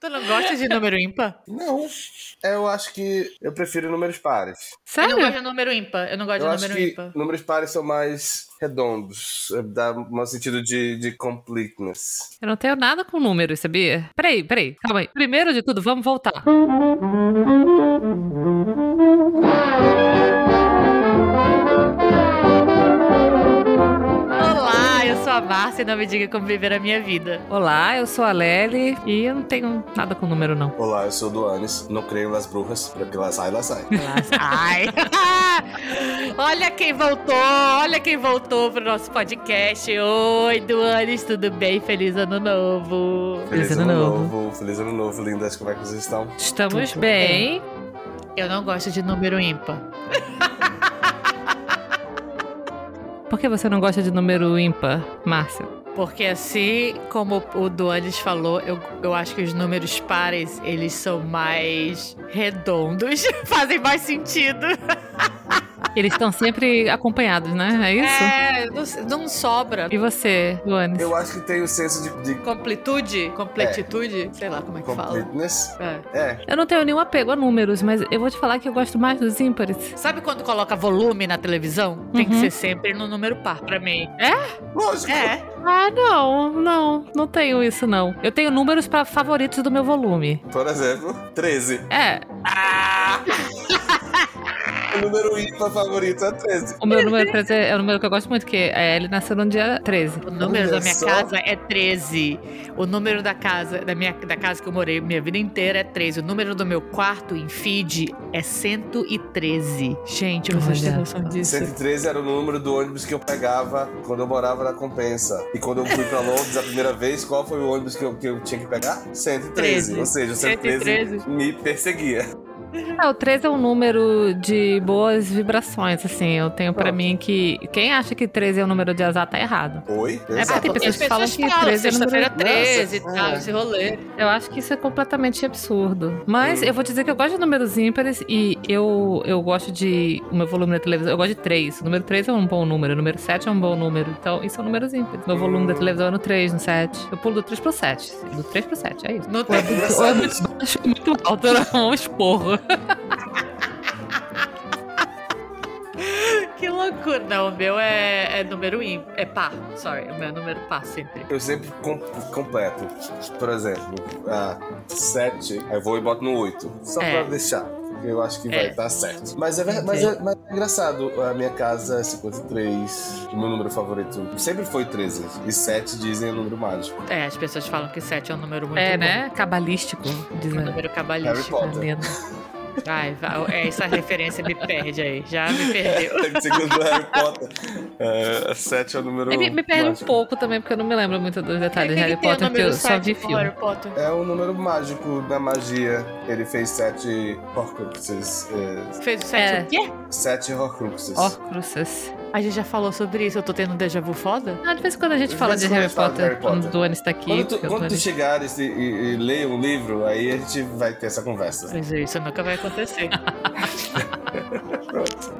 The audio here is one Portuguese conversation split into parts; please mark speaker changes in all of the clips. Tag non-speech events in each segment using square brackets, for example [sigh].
Speaker 1: Tu não gosta de número ímpar?
Speaker 2: Não. Eu acho que eu prefiro números pares.
Speaker 1: Eu não gosto
Speaker 3: [laughs] Sério?
Speaker 1: de número ímpar. Eu não gosto
Speaker 2: eu
Speaker 1: de
Speaker 2: acho
Speaker 1: número
Speaker 2: que
Speaker 1: ímpar.
Speaker 2: números pares são mais redondos. Dá um sentido de, de completeness.
Speaker 3: Eu não tenho nada com números, sabia? Peraí, peraí, calma aí. Primeiro de tudo, vamos voltar.
Speaker 1: Olá, eu sou a Márcia e não me diga como viver a minha vida.
Speaker 3: Olá, eu sou a Lely e eu não tenho nada com número, não.
Speaker 2: Olá, eu sou o Duanes. Não creio nas bruxas, porque elas saem, elas saem.
Speaker 1: [laughs] Ai! olha quem voltou! Olha quem voltou pro nosso podcast! Oi, Duanes, tudo bem? Feliz ano novo!
Speaker 3: Feliz ano novo.
Speaker 2: Feliz ano novo, lindas. Como é que vocês estão?
Speaker 3: Estamos
Speaker 1: Tudo
Speaker 3: bem.
Speaker 1: Eu não gosto de número ímpar.
Speaker 3: Por que você não gosta de número ímpar, Márcia?
Speaker 1: Porque assim como o Duanes falou, eu, eu acho que os números pares, eles são mais redondos, [laughs] fazem mais sentido.
Speaker 3: Eles estão sempre acompanhados, né? É isso?
Speaker 1: É, não, não sobra.
Speaker 3: E você, Luane?
Speaker 2: Eu acho que tem o senso de, de É.
Speaker 1: Completude? Completitude? Sei lá como é que fala.
Speaker 2: completeness.
Speaker 1: É.
Speaker 2: É.
Speaker 3: Eu não tenho nenhum apego a números, mas eu vou te falar que eu gosto mais dos ímpares.
Speaker 1: Sabe quando coloca volume na televisão? Tem que
Speaker 3: Uhum.
Speaker 1: ser sempre no número par pra mim.
Speaker 2: Lógico.
Speaker 1: É.
Speaker 3: Ah, não, não, não tenho isso, não. Eu tenho números para favoritos do meu volume.
Speaker 2: Por exemplo, 13.
Speaker 3: É,
Speaker 1: Ah!
Speaker 2: O número ímpar favorito é 13.
Speaker 3: o meu número 13 é o número que eu gosto muito, que a Ellie nasceu no dia 13.
Speaker 1: O número
Speaker 2: Olha
Speaker 1: da minha
Speaker 2: só.
Speaker 1: casa é 13. O número da casa, da minha da casa que eu morei minha vida inteira é 13. O número do meu quarto em feed é 113. Gente, vocês
Speaker 3: Olha
Speaker 1: têm noção
Speaker 3: só.
Speaker 1: disso?
Speaker 2: 113 era o número do ônibus que eu pegava quando eu morava na Compensa. E quando eu fui pra Londres a primeira vez, qual foi o ônibus que eu, que eu tinha que pegar? 113.
Speaker 1: 13.
Speaker 2: Ou seja, o 113,
Speaker 1: 113.
Speaker 2: me perseguia.
Speaker 3: É, o 13 é um número de boas vibrações, assim. Eu tenho pra
Speaker 2: Pronto.
Speaker 3: mim que quem acha que 13 é o número de azar tá errado.
Speaker 2: Oi?
Speaker 1: É porque tem
Speaker 3: Exatamente.
Speaker 1: pessoas que falam
Speaker 3: As
Speaker 1: que
Speaker 3: pessoas falam,
Speaker 1: 13 é
Speaker 3: sexta-feira
Speaker 1: sexta-feira 13 e
Speaker 2: Nossa,
Speaker 1: tal,
Speaker 2: é.
Speaker 1: esse rolê.
Speaker 3: Eu acho que isso é completamente absurdo. Mas
Speaker 2: Hum.
Speaker 3: eu vou dizer que eu gosto de números ímpares e eu, eu gosto de. O meu volume da televisão, eu gosto de 3. O número 3 é um bom número, o número 7 é um bom número. Então, isso são números ímpares. Meu volume da
Speaker 2: Hum.
Speaker 3: televisão é no 3, no 7. Eu pulo do 3 pro 7. Do 3 pro 7, é isso.
Speaker 1: Não
Speaker 2: É
Speaker 1: tem
Speaker 3: Ou é
Speaker 2: engraçado
Speaker 3: muito
Speaker 2: isso.
Speaker 3: baixo, ou muito alto, era um esporro.
Speaker 1: Que loucura. Não, o meu é, é número ímpar. É par, sorry. O meu é número par sempre.
Speaker 2: Eu sempre com- completo. Por exemplo, ah, 7, aí eu vou e boto no 8. Só
Speaker 1: É.
Speaker 2: pra deixar. porque Eu acho que
Speaker 1: É.
Speaker 2: vai estar certo. Mas é, ver- mas, é, mas é engraçado. A minha casa é 53. O meu número favorito sempre foi 13. E 7 dizem é o número mágico.
Speaker 1: É, as pessoas falam que 7 é um número muito
Speaker 3: [laughs] É,
Speaker 1: bom.
Speaker 3: né? Cabalístico,
Speaker 1: Um
Speaker 3: dizendo.
Speaker 1: número
Speaker 2: Harry
Speaker 1: cabalístico.
Speaker 2: Potter.
Speaker 1: Ai, vai, é, essa referência me perde aí. Já me
Speaker 3: [laughs]
Speaker 1: perdeu.
Speaker 2: Segundo Harry Potter, é, 7 é o número
Speaker 3: Me, me perde um
Speaker 2: mágico.
Speaker 3: pouco também, porque eu não me lembro muito dos detalhes de Harry
Speaker 1: É tem o
Speaker 3: Potter, porque eu
Speaker 1: número
Speaker 3: só
Speaker 1: sete
Speaker 3: vi
Speaker 1: no
Speaker 3: filme.
Speaker 1: Harry Potter.
Speaker 2: É o número mágico da magia. Ele fez 7 Horcruxes. é,
Speaker 1: Fez o 7
Speaker 3: É.
Speaker 1: o quê?
Speaker 2: 7 Horcruxes.
Speaker 3: Horcruxes.
Speaker 1: A gente já falou sobre isso, eu tô tendo um déjà vu foda?
Speaker 3: Ah, de vez em quando a gente
Speaker 2: De
Speaker 3: fala
Speaker 2: vez
Speaker 3: de
Speaker 2: em quando a
Speaker 3: Harry
Speaker 2: gente fala de
Speaker 3: Potter,
Speaker 2: Harry
Speaker 3: quando
Speaker 2: Potter.
Speaker 3: o Duane está aqui.
Speaker 2: Quando tu,
Speaker 3: porque o
Speaker 2: quando tu
Speaker 3: Duane-
Speaker 2: chegar e, e- e ler um livro, aí a gente vai ter essa conversa.
Speaker 1: Mas isso nunca vai
Speaker 2: [laughs]
Speaker 1: acontecer.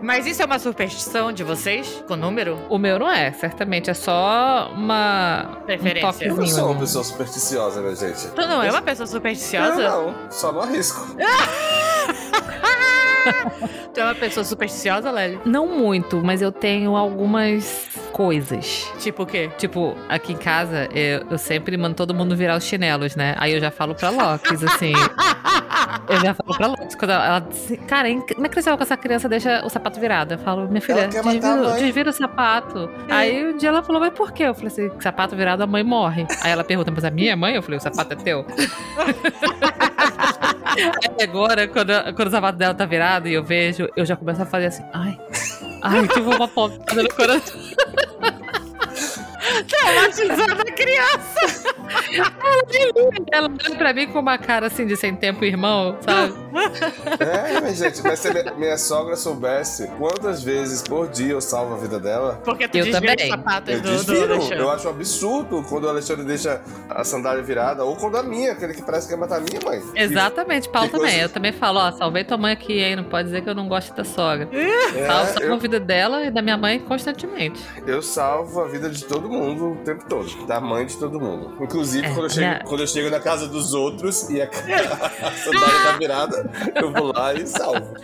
Speaker 1: Mas isso é uma superstição de vocês? Com número?
Speaker 3: O meu não é, certamente. É só uma. Um
Speaker 1: Preferência.
Speaker 3: toquezinho,
Speaker 2: Eu não sou uma
Speaker 3: né?
Speaker 2: pessoa supersticiosa, né, gente?
Speaker 1: Tu não é uma pessoa supersticiosa?
Speaker 2: Eu não, só não
Speaker 3: [laughs]
Speaker 2: arrisco.
Speaker 1: Tu é uma pessoa supersticiosa, Lely?
Speaker 3: Não muito, mas eu tenho algumas coisas.
Speaker 1: Tipo o quê?
Speaker 3: Tipo, aqui em casa, eu, eu sempre mando todo mundo virar os chinelos, né? Aí eu já falo pra
Speaker 2: [laughs]
Speaker 3: Locks, assim. eu já falo pra Locks. Quando ela, ela diz, cara, é inc- não é cresceu que essa criança deixa o sapato virado. Eu falo, minha filha,
Speaker 2: Ela quer matar a
Speaker 3: desvira,
Speaker 2: mãe. É.
Speaker 3: desvira o sapato. Aí um dia ela falou, mas por quê? Eu falei assim, sapato virado, a mãe morre. Aí ela pergunta, mas a minha mãe? Eu falei, o sapato é
Speaker 2: [laughs]
Speaker 3: teu? Aí agora, quando, quando o sapato dela tá virado e eu vejo, eu já começo a fazer assim, ai, ai, tive uma pontada no coração.
Speaker 1: Traumatizando É a criança!
Speaker 3: Ela olha pra mim com uma cara assim de sem tempo, irmão,
Speaker 2: [laughs]
Speaker 3: sabe?
Speaker 2: É, mas, gente, mas se minha, minha sogra soubesse quantas vezes por dia eu salvo a vida dela,
Speaker 1: Porque tu
Speaker 3: Eu
Speaker 1: desvira os
Speaker 3: também.
Speaker 1: sapatos
Speaker 2: eu
Speaker 1: do, do
Speaker 2: desviro.
Speaker 1: Alexandre.
Speaker 2: Eu acho um absurdo quando o Alexandre deixa a sandália virada, ou quando a minha, aquele que parece que ia matar a minha mãe.
Speaker 3: Exatamente, Paulo
Speaker 2: Que coisa.
Speaker 3: também. Eu também falo, ó, salvei tua mãe aqui, hein? Não pode dizer que eu não gosto da sogra.
Speaker 2: É,
Speaker 3: Falo, salvo
Speaker 2: eu-
Speaker 3: a vida dela e da minha mãe constantemente.
Speaker 2: Eu salvo a vida de todo mundo. mundo o tempo todo. Da mãe de todo mundo. Inclusive,
Speaker 3: É,
Speaker 2: quando, eu chego,
Speaker 1: né?
Speaker 3: na-
Speaker 2: quando eu chego na casa dos outros e a [laughs] casa da tá virada, eu vou lá e salvo.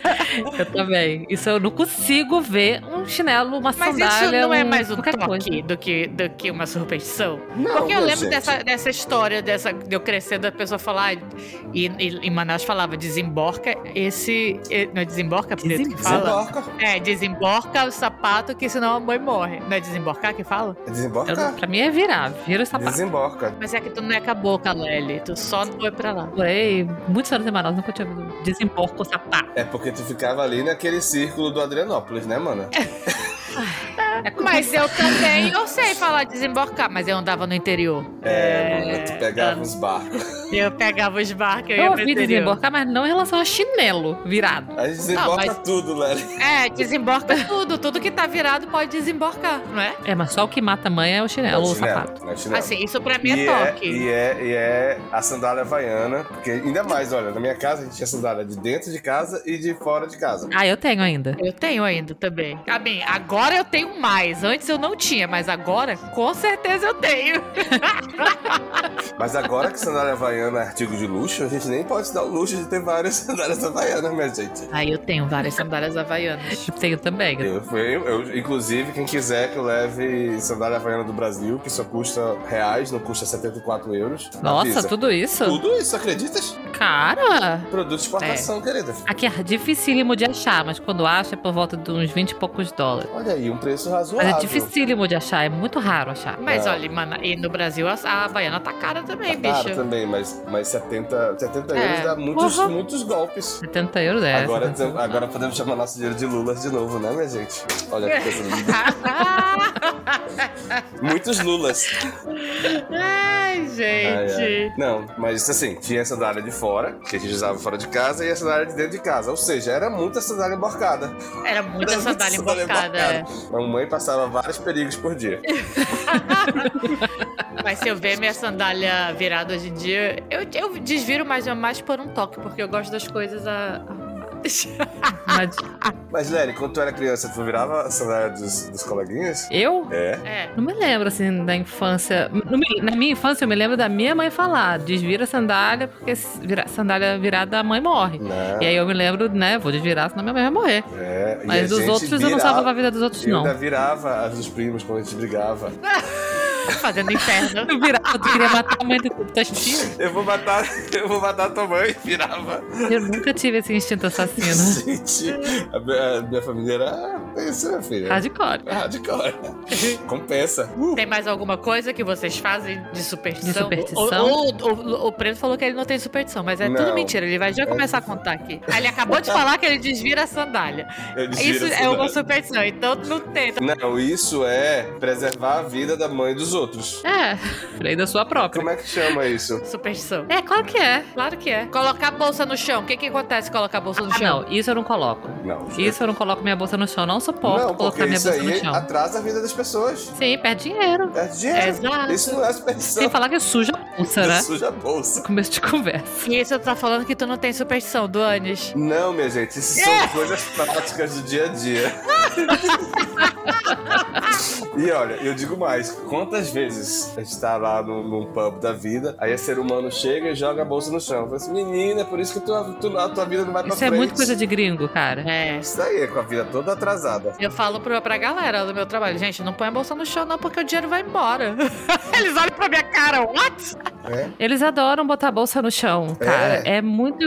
Speaker 3: Eu
Speaker 2: [laughs]
Speaker 3: também. Isso eu não consigo ver um chinelo, uma
Speaker 1: Mas
Speaker 3: sandália.
Speaker 1: isso não é
Speaker 3: um-
Speaker 1: mais um
Speaker 3: qualquer coisa.
Speaker 1: toque do que, do que uma superstição?
Speaker 2: Não,
Speaker 1: Porque eu
Speaker 2: minha
Speaker 1: lembro
Speaker 2: gente.
Speaker 1: dessa, dessa história, dessa, de eu crescendo, a pessoa falar. E, e- em Manaus falava, desemborca esse. e- Não é desemborca, Pedro, que fala?
Speaker 2: Desemboca.
Speaker 1: É, desemborca o sapato, que senão a mãe morre. Não é desemborcar que fala?
Speaker 3: Eu não-
Speaker 2: Desemboca?
Speaker 3: pra mim é virar, vira o sapato.
Speaker 2: Desemboca.
Speaker 1: Mas é que tu não é cabocla, Lely. Tu só não foi pra lá.
Speaker 3: Morei muitos anos em Manaus, nunca tinha ouvido. Desemporca o sapato.
Speaker 2: É porque tu ficava ali naquele círculo do Adrianópolis, né, mano?
Speaker 3: É como-
Speaker 1: Mas eu também, eu sei falar desemborcar, mas eu andava no interior.
Speaker 2: É, mano, tu pegava uns barcos.
Speaker 1: Eu pegava os barcos, eu ia
Speaker 3: Eu
Speaker 1: pro
Speaker 3: ouvi
Speaker 1: interior.
Speaker 3: desemborcar, mas não em relação a chinelo virado.
Speaker 2: A gente desemboca
Speaker 1: Ah, mas-
Speaker 2: tudo, Lely.
Speaker 1: É, desemborca tudo. Tudo que tá virado pode desemborcar, não é?
Speaker 3: É, mas só o que mata a mãe é o chinelo, ou o
Speaker 2: Chinelo,
Speaker 3: sapato.
Speaker 2: né, chinelo.
Speaker 1: Assim, isso pra mim é
Speaker 2: e
Speaker 1: toque.
Speaker 2: É, e, é, e é a sandália havaiana, porque ainda mais, olha, na minha casa a gente tinha sandália de dentro de casa e de fora de casa.
Speaker 3: Ah, eu tenho ainda.
Speaker 1: Eu tenho ainda também. Ah, bem, agora eu tenho mais. Antes eu não tinha, mas agora com certeza eu tenho.
Speaker 2: Mas agora que sandália havaiana é artigo de luxo, a gente nem pode se dar o luxo de ter várias [laughs] sandálias havaianas, minha gente.
Speaker 1: Aí eu tenho várias sandálias havaianas.
Speaker 3: Eu tenho também.
Speaker 2: Eu, eu, eu- inclusive, quem quiser que eu leve sandália havaiana do Brasil, que só custa reais, não custa 74 euros.
Speaker 3: Nossa,
Speaker 2: avisa.
Speaker 3: tudo isso?
Speaker 2: Tudo isso, acreditas?
Speaker 3: Cara!
Speaker 2: Produto de exportação, querida.
Speaker 3: Aqui é dificílimo de achar, mas quando acha é por volta de uns 20 e poucos dólares.
Speaker 2: Olha aí, um preço
Speaker 3: Mas
Speaker 2: razoável.
Speaker 3: é dificílimo de achar, é muito raro achar.
Speaker 1: Mas
Speaker 2: É.
Speaker 1: olha, mano, e no Brasil a, a havaiana tá cara também,
Speaker 2: Claro,
Speaker 1: bicho.
Speaker 2: também, mas, mas 70, 70 euros
Speaker 1: É.
Speaker 2: dá muitos,
Speaker 3: Porra.
Speaker 2: muitos golpes.
Speaker 3: 70 euros é.
Speaker 2: Agora,
Speaker 3: 70 euros.
Speaker 2: agora podemos chamar nosso dinheiro de Lula de novo, né, minha gente? Olha que coisa linda. Muitos Lulas.
Speaker 1: [laughs] Ai,
Speaker 2: Ai,
Speaker 1: gente.
Speaker 2: Não, mas assim, tinha essa da área de fora, que a gente usava fora de casa, e essa da área de dentro de casa. Ou seja, era muita sandália emborcada.
Speaker 1: Era muita
Speaker 2: Era muita
Speaker 1: sandália
Speaker 2: sandália
Speaker 1: embocada. é.
Speaker 2: A mamãe passava vários perigos por dia.
Speaker 1: Mas se eu ver minha sandália virada hoje em dia, eu, eu desviro mais, mais por um toque, porque eu gosto das coisas a- arrumadas.
Speaker 3: Mas
Speaker 2: Mas, Lery, quando tu era criança, tu virava a sandália dos, dos coleguinhas?
Speaker 3: eu?
Speaker 2: É.
Speaker 1: É.
Speaker 3: Não me lembro, assim, da infância. No mi- Na minha infância, eu me lembro da minha mãe falar: desvira a sandália, porque se vira- sandália virada, a mãe morre.
Speaker 2: Não.
Speaker 3: E aí eu me lembro, né, vou desvirar, senão minha mãe vai morrer.
Speaker 2: É. E a
Speaker 3: Mas dos
Speaker 2: gente
Speaker 3: outros, eu não
Speaker 2: virava-
Speaker 3: salvava a vida dos outros,
Speaker 2: Eu
Speaker 3: não. [laughs]
Speaker 2: ainda virava as dos primos quando a gente brigava.
Speaker 1: Fazendo inferno.
Speaker 3: Eu virava, tu queria matar a mãe do- das tias.
Speaker 2: Eu vou matar, [laughs] eu vou matar tua mãe, virava.
Speaker 3: Eu nunca tive esse instinto assassino.
Speaker 2: Gente, a minha, a minha família era isso, minha filha. É
Speaker 3: Hardcore.
Speaker 2: Hardcore. Compensa. Uh,
Speaker 1: Tem mais alguma coisa que vocês fazem de superstição?
Speaker 3: De superstição?
Speaker 1: O, o, o- o Preto falou que ele não tem superstição, mas é tudo
Speaker 2: Não.
Speaker 1: mentira. Ele vai já começar a contar aqui. Ele acabou de falar que ele desvira a sandália.
Speaker 2: eu desviro
Speaker 1: Isso
Speaker 2: essa
Speaker 1: é uma
Speaker 2: data.
Speaker 1: superstição, então não tem. Então,
Speaker 2: Não, isso é preservar a vida da mãe dos outros.
Speaker 3: É, lei da sua própria.
Speaker 2: Como é que chama isso?
Speaker 1: Superstição.
Speaker 3: É, claro que é.
Speaker 1: Claro que é. Colocar a bolsa no chão. O que, que acontece se colocar a bolsa no
Speaker 3: Ah,
Speaker 1: chão?
Speaker 3: não, isso eu não coloco.
Speaker 2: Não.
Speaker 3: Isso eu não coloco minha bolsa no chão. Não suporto
Speaker 2: não, porque
Speaker 3: colocar minha
Speaker 2: isso
Speaker 3: bolsa no
Speaker 2: aí
Speaker 3: chão.
Speaker 2: atrasa a vida das pessoas.
Speaker 3: Sim, perde dinheiro.
Speaker 2: É dinheiro.
Speaker 1: Exato.
Speaker 2: Isso não é superstição.
Speaker 3: Sem falar que suja a bolsa, né?
Speaker 2: Suja a bolsa.
Speaker 3: Começo de conversa.
Speaker 1: E isso tá falando que tu não tem superstição, Duanes.
Speaker 2: Não, minha gente, isso
Speaker 3: É.
Speaker 2: são coisas práticas do dia a dia.
Speaker 3: [laughs]
Speaker 2: e olha, eu digo mais, quantas vezes a gente tá lá no- num pub da vida, aí a ser humano chega e joga a bolsa no chão. Fala assim, menina, é por isso que tua, tu- a tua vida não vai pra
Speaker 3: Isso é
Speaker 2: frente.
Speaker 3: muito coisa de gringo, cara.
Speaker 1: É.
Speaker 2: Isso aí, é com a vida toda atrasada.
Speaker 1: Eu falo pra, pra galera do meu trabalho, gente, não põe a bolsa no chão não, porque o dinheiro vai embora. [laughs] Eles olham pra minha cara, what?
Speaker 2: né?
Speaker 3: Eles adoram botar a bolsa no chão, cara. É, muito.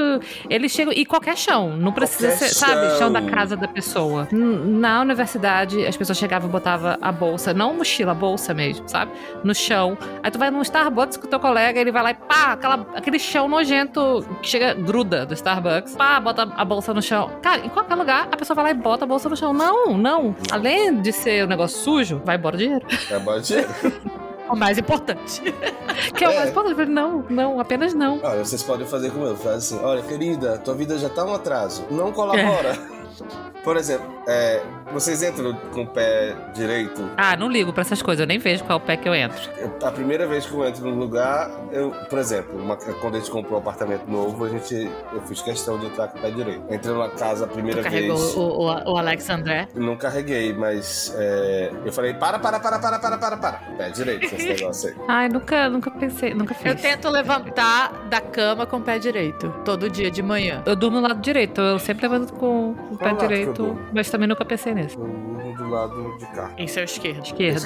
Speaker 3: Eles chegam. E qualquer chão. Não precisa
Speaker 2: Qualquer
Speaker 3: ser, sabe? Chão da
Speaker 2: chão.
Speaker 3: casa da pessoa. N- Na universidade, as pessoas chegavam e botavam a bolsa, não mochila, a bolsa mesmo, sabe? No chão. Aí tu vai num Starbucks com teu colega, ele vai lá e pá, aquela- aquele chão nojento que chega, gruda do Starbucks. Pá, bota a bolsa no chão. Cara, em qualquer lugar, a pessoa vai lá e bota a bolsa no chão. Não, não. Além de ser um negócio sujo, vai embora o dinheiro. [laughs]
Speaker 2: É bom dinheiro.
Speaker 1: O mais importante.
Speaker 3: Que é o
Speaker 2: É.
Speaker 3: mais importante. Eu falei, Não, não, apenas não.
Speaker 2: Olha, vocês podem fazer como eu, faz assim, olha, querida, tua vida já tá um atraso, não colabora. Por exemplo, é, vocês entram com o pé direito.
Speaker 3: Ah, não ligo pra essas coisas, eu nem vejo qual pé que eu entro.
Speaker 2: Eu- A primeira vez que eu entro num lugar, eu, por exemplo, uma- quando a gente comprou um apartamento novo, a gente, eu fiz questão de entrar com o pé direito. Entrei numa casa a primeira
Speaker 1: Carregou
Speaker 2: vez.
Speaker 1: o, o, o Alex André.
Speaker 2: Não carreguei, mas é, eu falei: para, para, para, para, para, para, para. Pé direito esse negócio aí.
Speaker 3: Ai, nunca, nunca pensei, nunca fiz.
Speaker 1: Eu tento levantar da cama com o pé direito, todo dia de manhã.
Speaker 3: Eu durmo no lado direito, eu sempre levanto com o pé
Speaker 2: lado que eu
Speaker 3: direito,
Speaker 2: durmo?
Speaker 3: mas também nunca pensei nisso.
Speaker 2: Eu durmo do lado de cá.
Speaker 1: Em seu esquerdo.
Speaker 3: Esquerda.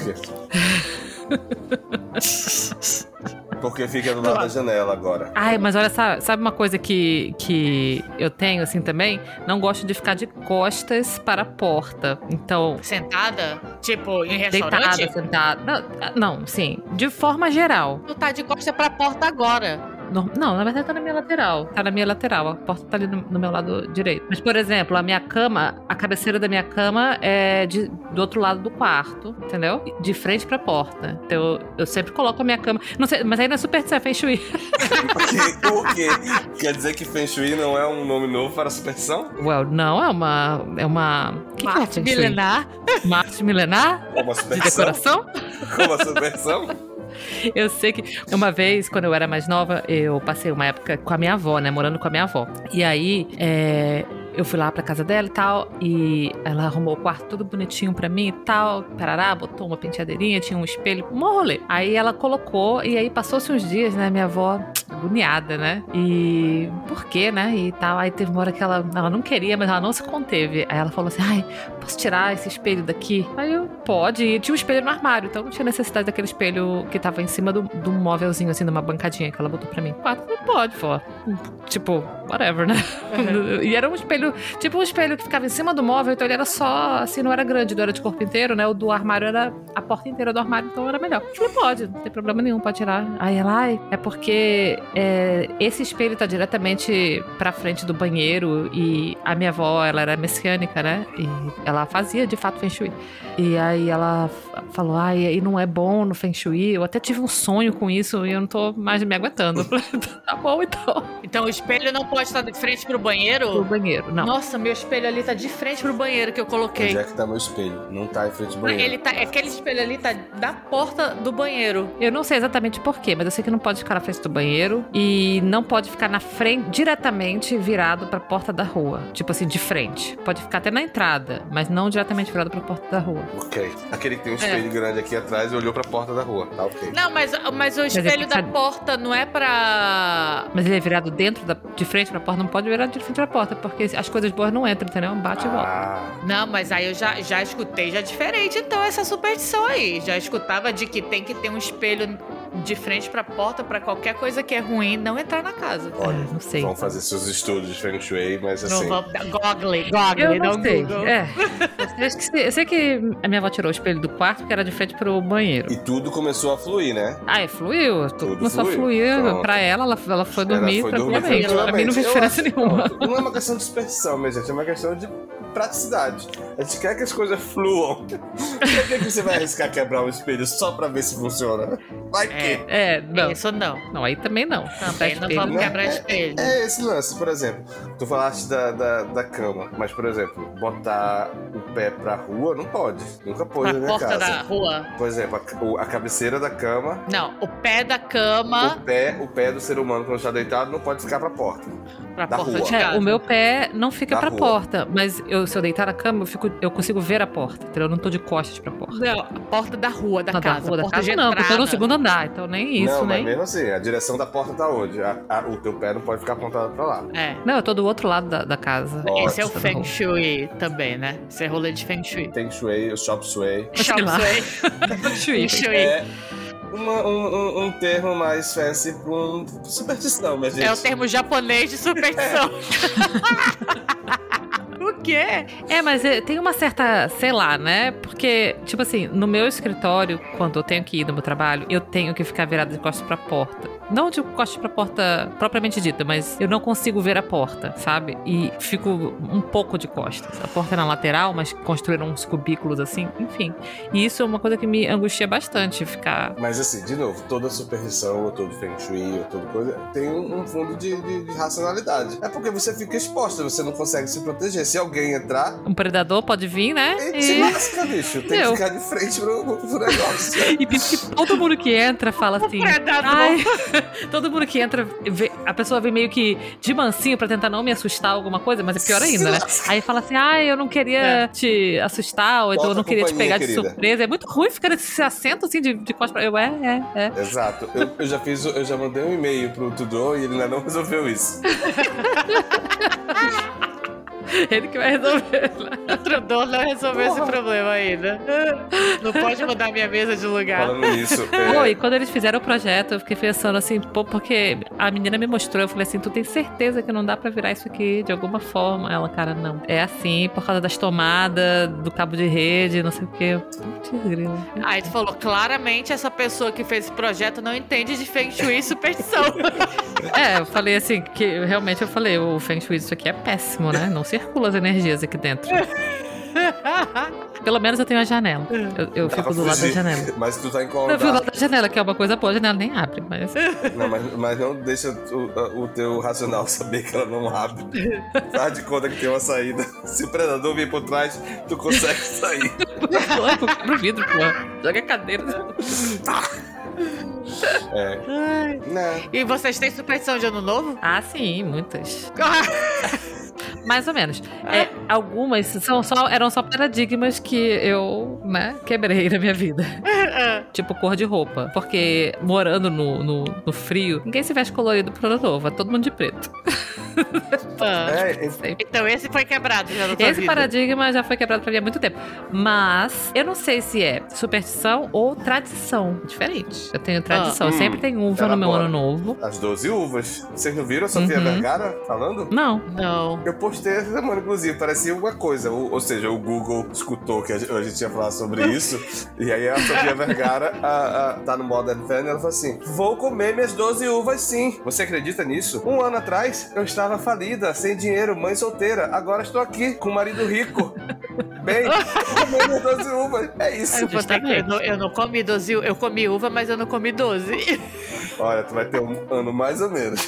Speaker 2: Esquerda. Porque fica do lado da janela agora.
Speaker 3: Ai, mas olha, sabe, sabe uma coisa que, que eu tenho assim também? Não gosto de ficar de costas para a porta. Então,
Speaker 1: Sentada? Tipo, em
Speaker 3: deitada,
Speaker 1: restaurante?
Speaker 3: sentada. Não, não, sim. De forma geral.
Speaker 1: Tu tá de costa pra porta agora.
Speaker 3: Nor- Não, na verdade tá na minha lateral. Tá na minha lateral. A porta tá ali no, no meu lado direito. Mas, por exemplo, a minha cama, a cabeceira da minha cama é de- do outro lado do quarto, entendeu? De frente pra porta. Então eu, eu sempre coloco a minha cama. Não sei, mas aí não é super de feng shui.
Speaker 2: Porque, porque quer dizer que Feng Shui não é um nome novo para a superstição?
Speaker 3: Well, não, é uma. É uma. O que, que é
Speaker 1: Marte
Speaker 3: feng shui?
Speaker 1: milenar.
Speaker 3: Uma arte milenar?
Speaker 2: Como a
Speaker 3: De
Speaker 2: superstição?
Speaker 3: decoração?
Speaker 2: Como a superstição?
Speaker 3: Eu sei que uma vez, quando eu era mais nova, eu passei uma época com a minha avó, né? Morando com a minha avó. E aí, é, eu fui lá pra casa dela e tal, e ela arrumou o quarto tudo bonitinho pra mim e tal, parará, botou uma penteadeirinha, tinha um espelho, um rolê. Aí ela colocou, e aí passou-se uns dias, né? Minha avó agoniada, né? E por quê, né? E tal. Aí teve uma hora que ela, ela não queria, mas ela não se conteve. Aí ela falou assim: ai, posso tirar esse espelho daqui? Aí eu, pode. E tinha um espelho no armário, então não tinha necessidade daquele espelho que tava em cima do, do móvelzinho, assim, de uma bancadinha que ela botou pra mim. Quatro, pode, pô. Tipo, whatever, né? [laughs] e era um espelho, tipo um espelho que ficava em cima do móvel, então ele era só, assim, não era grande, não era de corpo inteiro, né? O do armário era a porta inteira do armário, então era melhor. Eu falei, pode, não tem problema nenhum, pode tirar. Aí ela, ai, é porque é, esse espelho tá diretamente pra frente do banheiro e a minha avó, ela era messiânica, né? E ela fazia, de fato, feng shui. E aí ela f- falou, ai, aí não é bom no feng shui, eu até tive um sonho com isso e eu não tô mais me aguentando. [laughs] Eu falei, tá bom, então.
Speaker 1: Então o espelho não pode estar de frente pro
Speaker 3: O
Speaker 1: banheiro?
Speaker 3: banheiro, não.
Speaker 1: Nossa, meu espelho ali tá de frente pro banheiro que eu coloquei.
Speaker 2: Onde é que tá meu espelho? Não tá em frente do banheiro.
Speaker 1: Ele tá, aquele espelho ali tá da porta do banheiro.
Speaker 3: Eu não sei exatamente porquê, mas eu sei que não pode ficar na frente do banheiro e não pode ficar na frente diretamente virado pra porta da rua, tipo assim de frente. Pode ficar até na entrada, mas não diretamente virado pra porta da rua.
Speaker 2: Ok. Aquele que tem um
Speaker 3: É.
Speaker 2: espelho grande aqui atrás e olhou pra porta da rua. Tá ok.
Speaker 1: Não, mas, mas o espelho da
Speaker 3: sabe-
Speaker 1: porta não é pra.
Speaker 3: Mas ele é virado dentro da, de frente pra porta, não pode virar de frente pra porta, porque as coisas boas não entram, entendeu? Bate e volta.
Speaker 2: Ah,
Speaker 1: Não, mas aí eu já, já escutei, já diferente, então, essa superstição aí. Já escutava de que tem que ter um espelho de frente pra porta pra qualquer coisa que é ruim não entrar na casa.
Speaker 2: olha.
Speaker 3: É, não sei.
Speaker 2: Vão fazer seus estudos de Feng Shui, mas
Speaker 1: Não
Speaker 2: assim.
Speaker 1: vamos. Google, Google,
Speaker 3: Eu não sei.
Speaker 1: Google.
Speaker 3: É. Eu, acho que se- eu sei que a minha avó tirou o espelho do quarto, que era de frente pro banheiro.
Speaker 2: E tudo começou a fluir, né?
Speaker 3: Ah, é, fluiu. Tu-
Speaker 2: Tudo
Speaker 3: começou
Speaker 2: fluiu.
Speaker 3: a fluir.
Speaker 2: Pronto.
Speaker 3: Pra ela, ela, ela foi
Speaker 2: Ela
Speaker 3: dormir
Speaker 2: foi dormir
Speaker 3: tranquilamente. Pra mim não fez
Speaker 2: Eu
Speaker 3: diferença
Speaker 2: acho-
Speaker 3: nenhuma.
Speaker 2: Pronto. Não é uma questão de superstição, minha gente. É uma questão de praticidade. A gente quer que as coisas fluam. [laughs] Por que, que você vai arriscar quebrar um espelho só pra ver se funciona? Vai que.
Speaker 3: É, não.
Speaker 1: Isso não.
Speaker 3: Não, aí também não.
Speaker 1: Também não
Speaker 3: Espelho,
Speaker 1: vamos
Speaker 3: né?
Speaker 1: quebrar espelho.
Speaker 2: É esse lance, por exemplo. Tu falaste da, da, da cama, mas, por exemplo, botar o pé pra rua não pode. Nunca pôs na
Speaker 1: Na
Speaker 2: minha
Speaker 1: porta
Speaker 2: casa.
Speaker 1: da rua.
Speaker 2: Por exemplo, a, o- a cabeceira da cama,
Speaker 1: Não, o pé da cama
Speaker 2: o pé, o pé do ser humano quando está deitado não pode ficar pra porta.
Speaker 1: pra
Speaker 2: da
Speaker 1: porta
Speaker 2: rua.
Speaker 1: de
Speaker 3: É,
Speaker 1: casa.
Speaker 3: o meu pé não fica
Speaker 2: Na
Speaker 3: pra
Speaker 2: rua.
Speaker 3: porta, mas eu, se eu deitar na cama, eu, fico, eu consigo ver a porta, entendeu? Eu não tô de costas pra porta.
Speaker 1: Não, a porta da rua, da
Speaker 3: não,
Speaker 1: casa.
Speaker 3: rua, da
Speaker 1: porta de
Speaker 3: casa não, porque eu tô no
Speaker 1: entrada.
Speaker 3: segundo andar, então nem isso,
Speaker 2: não, mas
Speaker 3: nem...
Speaker 1: né?
Speaker 2: mesmo assim, a direção da porta tá onde? A- a- o teu pé não pode ficar apontado pra lá.
Speaker 1: É.
Speaker 3: Não, eu tô do outro lado da, da casa. [laughs]
Speaker 2: Ó,
Speaker 1: Esse é o
Speaker 3: Ótimo.
Speaker 1: Feng Shui também, né? Esse é rolê de Feng Shui.
Speaker 2: Tem Shui, o Shop Shui.
Speaker 3: Sei
Speaker 1: Shop
Speaker 3: lá.
Speaker 1: Shui, Feng
Speaker 3: Chui.
Speaker 1: Shui. É,
Speaker 2: É uma- um, um- um termo mais fancy pra um superstição, minha gente.
Speaker 1: É o termo japonês de
Speaker 3: [laughs]
Speaker 1: superstição. o quê?
Speaker 3: É, mas é, tem uma certa, sei lá, né? Porque, tipo assim, no meu escritório, quando eu tenho que ir no meu trabalho, eu tenho que ficar virada de costas pra porta. Não de costas pra porta propriamente dita, mas eu não consigo ver a porta, sabe? E fico um pouco de costas. A porta é na lateral, mas construíram uns cubículos assim, enfim. E isso é uma coisa que me angustia bastante, ficar.
Speaker 2: Mas assim, de novo, toda superstição, ou todo feng shui, ou toda coisa, tem um um fundo de, de- de racionalidade. É porque você fica exposto, você não consegue se proteger. Se alguém entrar,
Speaker 3: Um predador pode vir, né?
Speaker 2: ele te
Speaker 3: E...
Speaker 2: lasca, bicho. Tem
Speaker 3: Deu.
Speaker 2: que ficar de frente pro, pro negócio.
Speaker 3: [laughs] E penso que todo mundo que entra fala assim.
Speaker 2: Tá
Speaker 1: Predador.
Speaker 3: Ai, [laughs] todo mundo que entra, vê- a pessoa vem meio que de mansinho pra tentar não me assustar alguma coisa, mas é pior ainda, né? Aí fala assim: ah, eu não queria
Speaker 1: É.
Speaker 3: te assustar, ou então
Speaker 2: Falta
Speaker 3: eu não queria te
Speaker 2: companhia,
Speaker 3: pegar de
Speaker 2: querida."
Speaker 3: surpresa. É muito ruim ficar nesse assento assim de, de costas pra. Eu, é, é, [laughs] é.
Speaker 2: Exato. Eu, eu já fiz, o- eu já mandei um e-mail pro Tudor e ele ainda não resolveu isso.
Speaker 3: Ele que vai resolver.
Speaker 1: O Trudor não resolveu
Speaker 2: Porra.
Speaker 1: esse problema ainda. Não pode mudar minha mesa de lugar.
Speaker 2: Falando nisso.
Speaker 3: Pô, e
Speaker 2: É,
Speaker 3: quando eles fizeram o projeto, eu fiquei pensando assim, pô, porque a menina me mostrou, eu falei assim, tu tem certeza que não dá pra virar isso aqui de alguma forma? Ela, cara, não. É assim, por causa das tomadas, do cabo de rede, não sei o quê. Putz, grilo.
Speaker 1: Aí tu falou, claramente essa pessoa que fez esse projeto não entende de Feng Shui e
Speaker 3: [laughs]
Speaker 1: superstição. [laughs]
Speaker 3: É, eu falei assim, que realmente eu falei, o Feng Shui, isso aqui é péssimo, né? Não circula as energias aqui dentro. Pelo menos eu tenho a janela. Eu, eu
Speaker 2: Dá
Speaker 3: fico
Speaker 2: pra
Speaker 3: do lado da
Speaker 2: fugir.
Speaker 3: janela.
Speaker 2: mas tu tá
Speaker 3: Eu fico do
Speaker 2: incomodado.
Speaker 3: lado da janela, que é uma coisa boa, a janela nem abre, mas...
Speaker 2: Não, mas, mas não deixa o, o teu racional [laughs] saber que ela não abre. Faz de conta que tem uma saída. [laughs] Se o predador vir por trás, tu consegue sair.
Speaker 3: [laughs] Quebra o vidro, pô. Joga a cadeira.
Speaker 2: É.
Speaker 1: Ai.
Speaker 2: Né?
Speaker 1: E vocês têm superstição de ano novo?
Speaker 3: Ah, sim, muitas. Mais ou menos. É, algumas são só, eram só paradigmas que eu, né, quebrei na minha vida. Tipo cor de roupa. Porque morando no, no, no frio, ninguém se veste colorido pro ano novo. É todo mundo de preto.
Speaker 1: Ah.
Speaker 2: É, é-
Speaker 3: Sempre.
Speaker 1: Então esse foi quebrado já na tua
Speaker 3: Esse
Speaker 1: vida.
Speaker 3: paradigma já foi quebrado pra mim há muito tempo. Mas eu não sei se é superstição ou tradição. Diferente. hum. Eu tenho tradição.
Speaker 2: Ah.
Speaker 3: eu sempre tenho uva no meu
Speaker 2: Elabora.
Speaker 3: ano novo.
Speaker 2: As 12 uvas. Vocês não viram a Sofia
Speaker 3: Uhum.
Speaker 2: Vergara falando?
Speaker 3: Não.
Speaker 1: Não.
Speaker 2: Eu postei essa semana, inclusive, parecia alguma coisa. Ou, ou seja, o Google escutou que a gente, a gente ia falar sobre
Speaker 3: Uhum.
Speaker 2: isso. e aí a
Speaker 3: [laughs]
Speaker 2: Sofia Vergara a, a- tá no Modern Family, ela falou assim: Vou comer minhas 12 uvas sim. Você acredita nisso? Um ano atrás, eu estava falida, sem dinheiro, mãe solteira. Agora estou aqui, com um marido rico. Bem,
Speaker 3: [laughs]
Speaker 2: comendo as 12 uvas. É isso.
Speaker 1: Eu, vou ter que- eu não, eu não comi 12, u- eu comi uva, mas eu não comi [laughs] 12.
Speaker 2: Olha, tu vai ter um ano mais ou menos.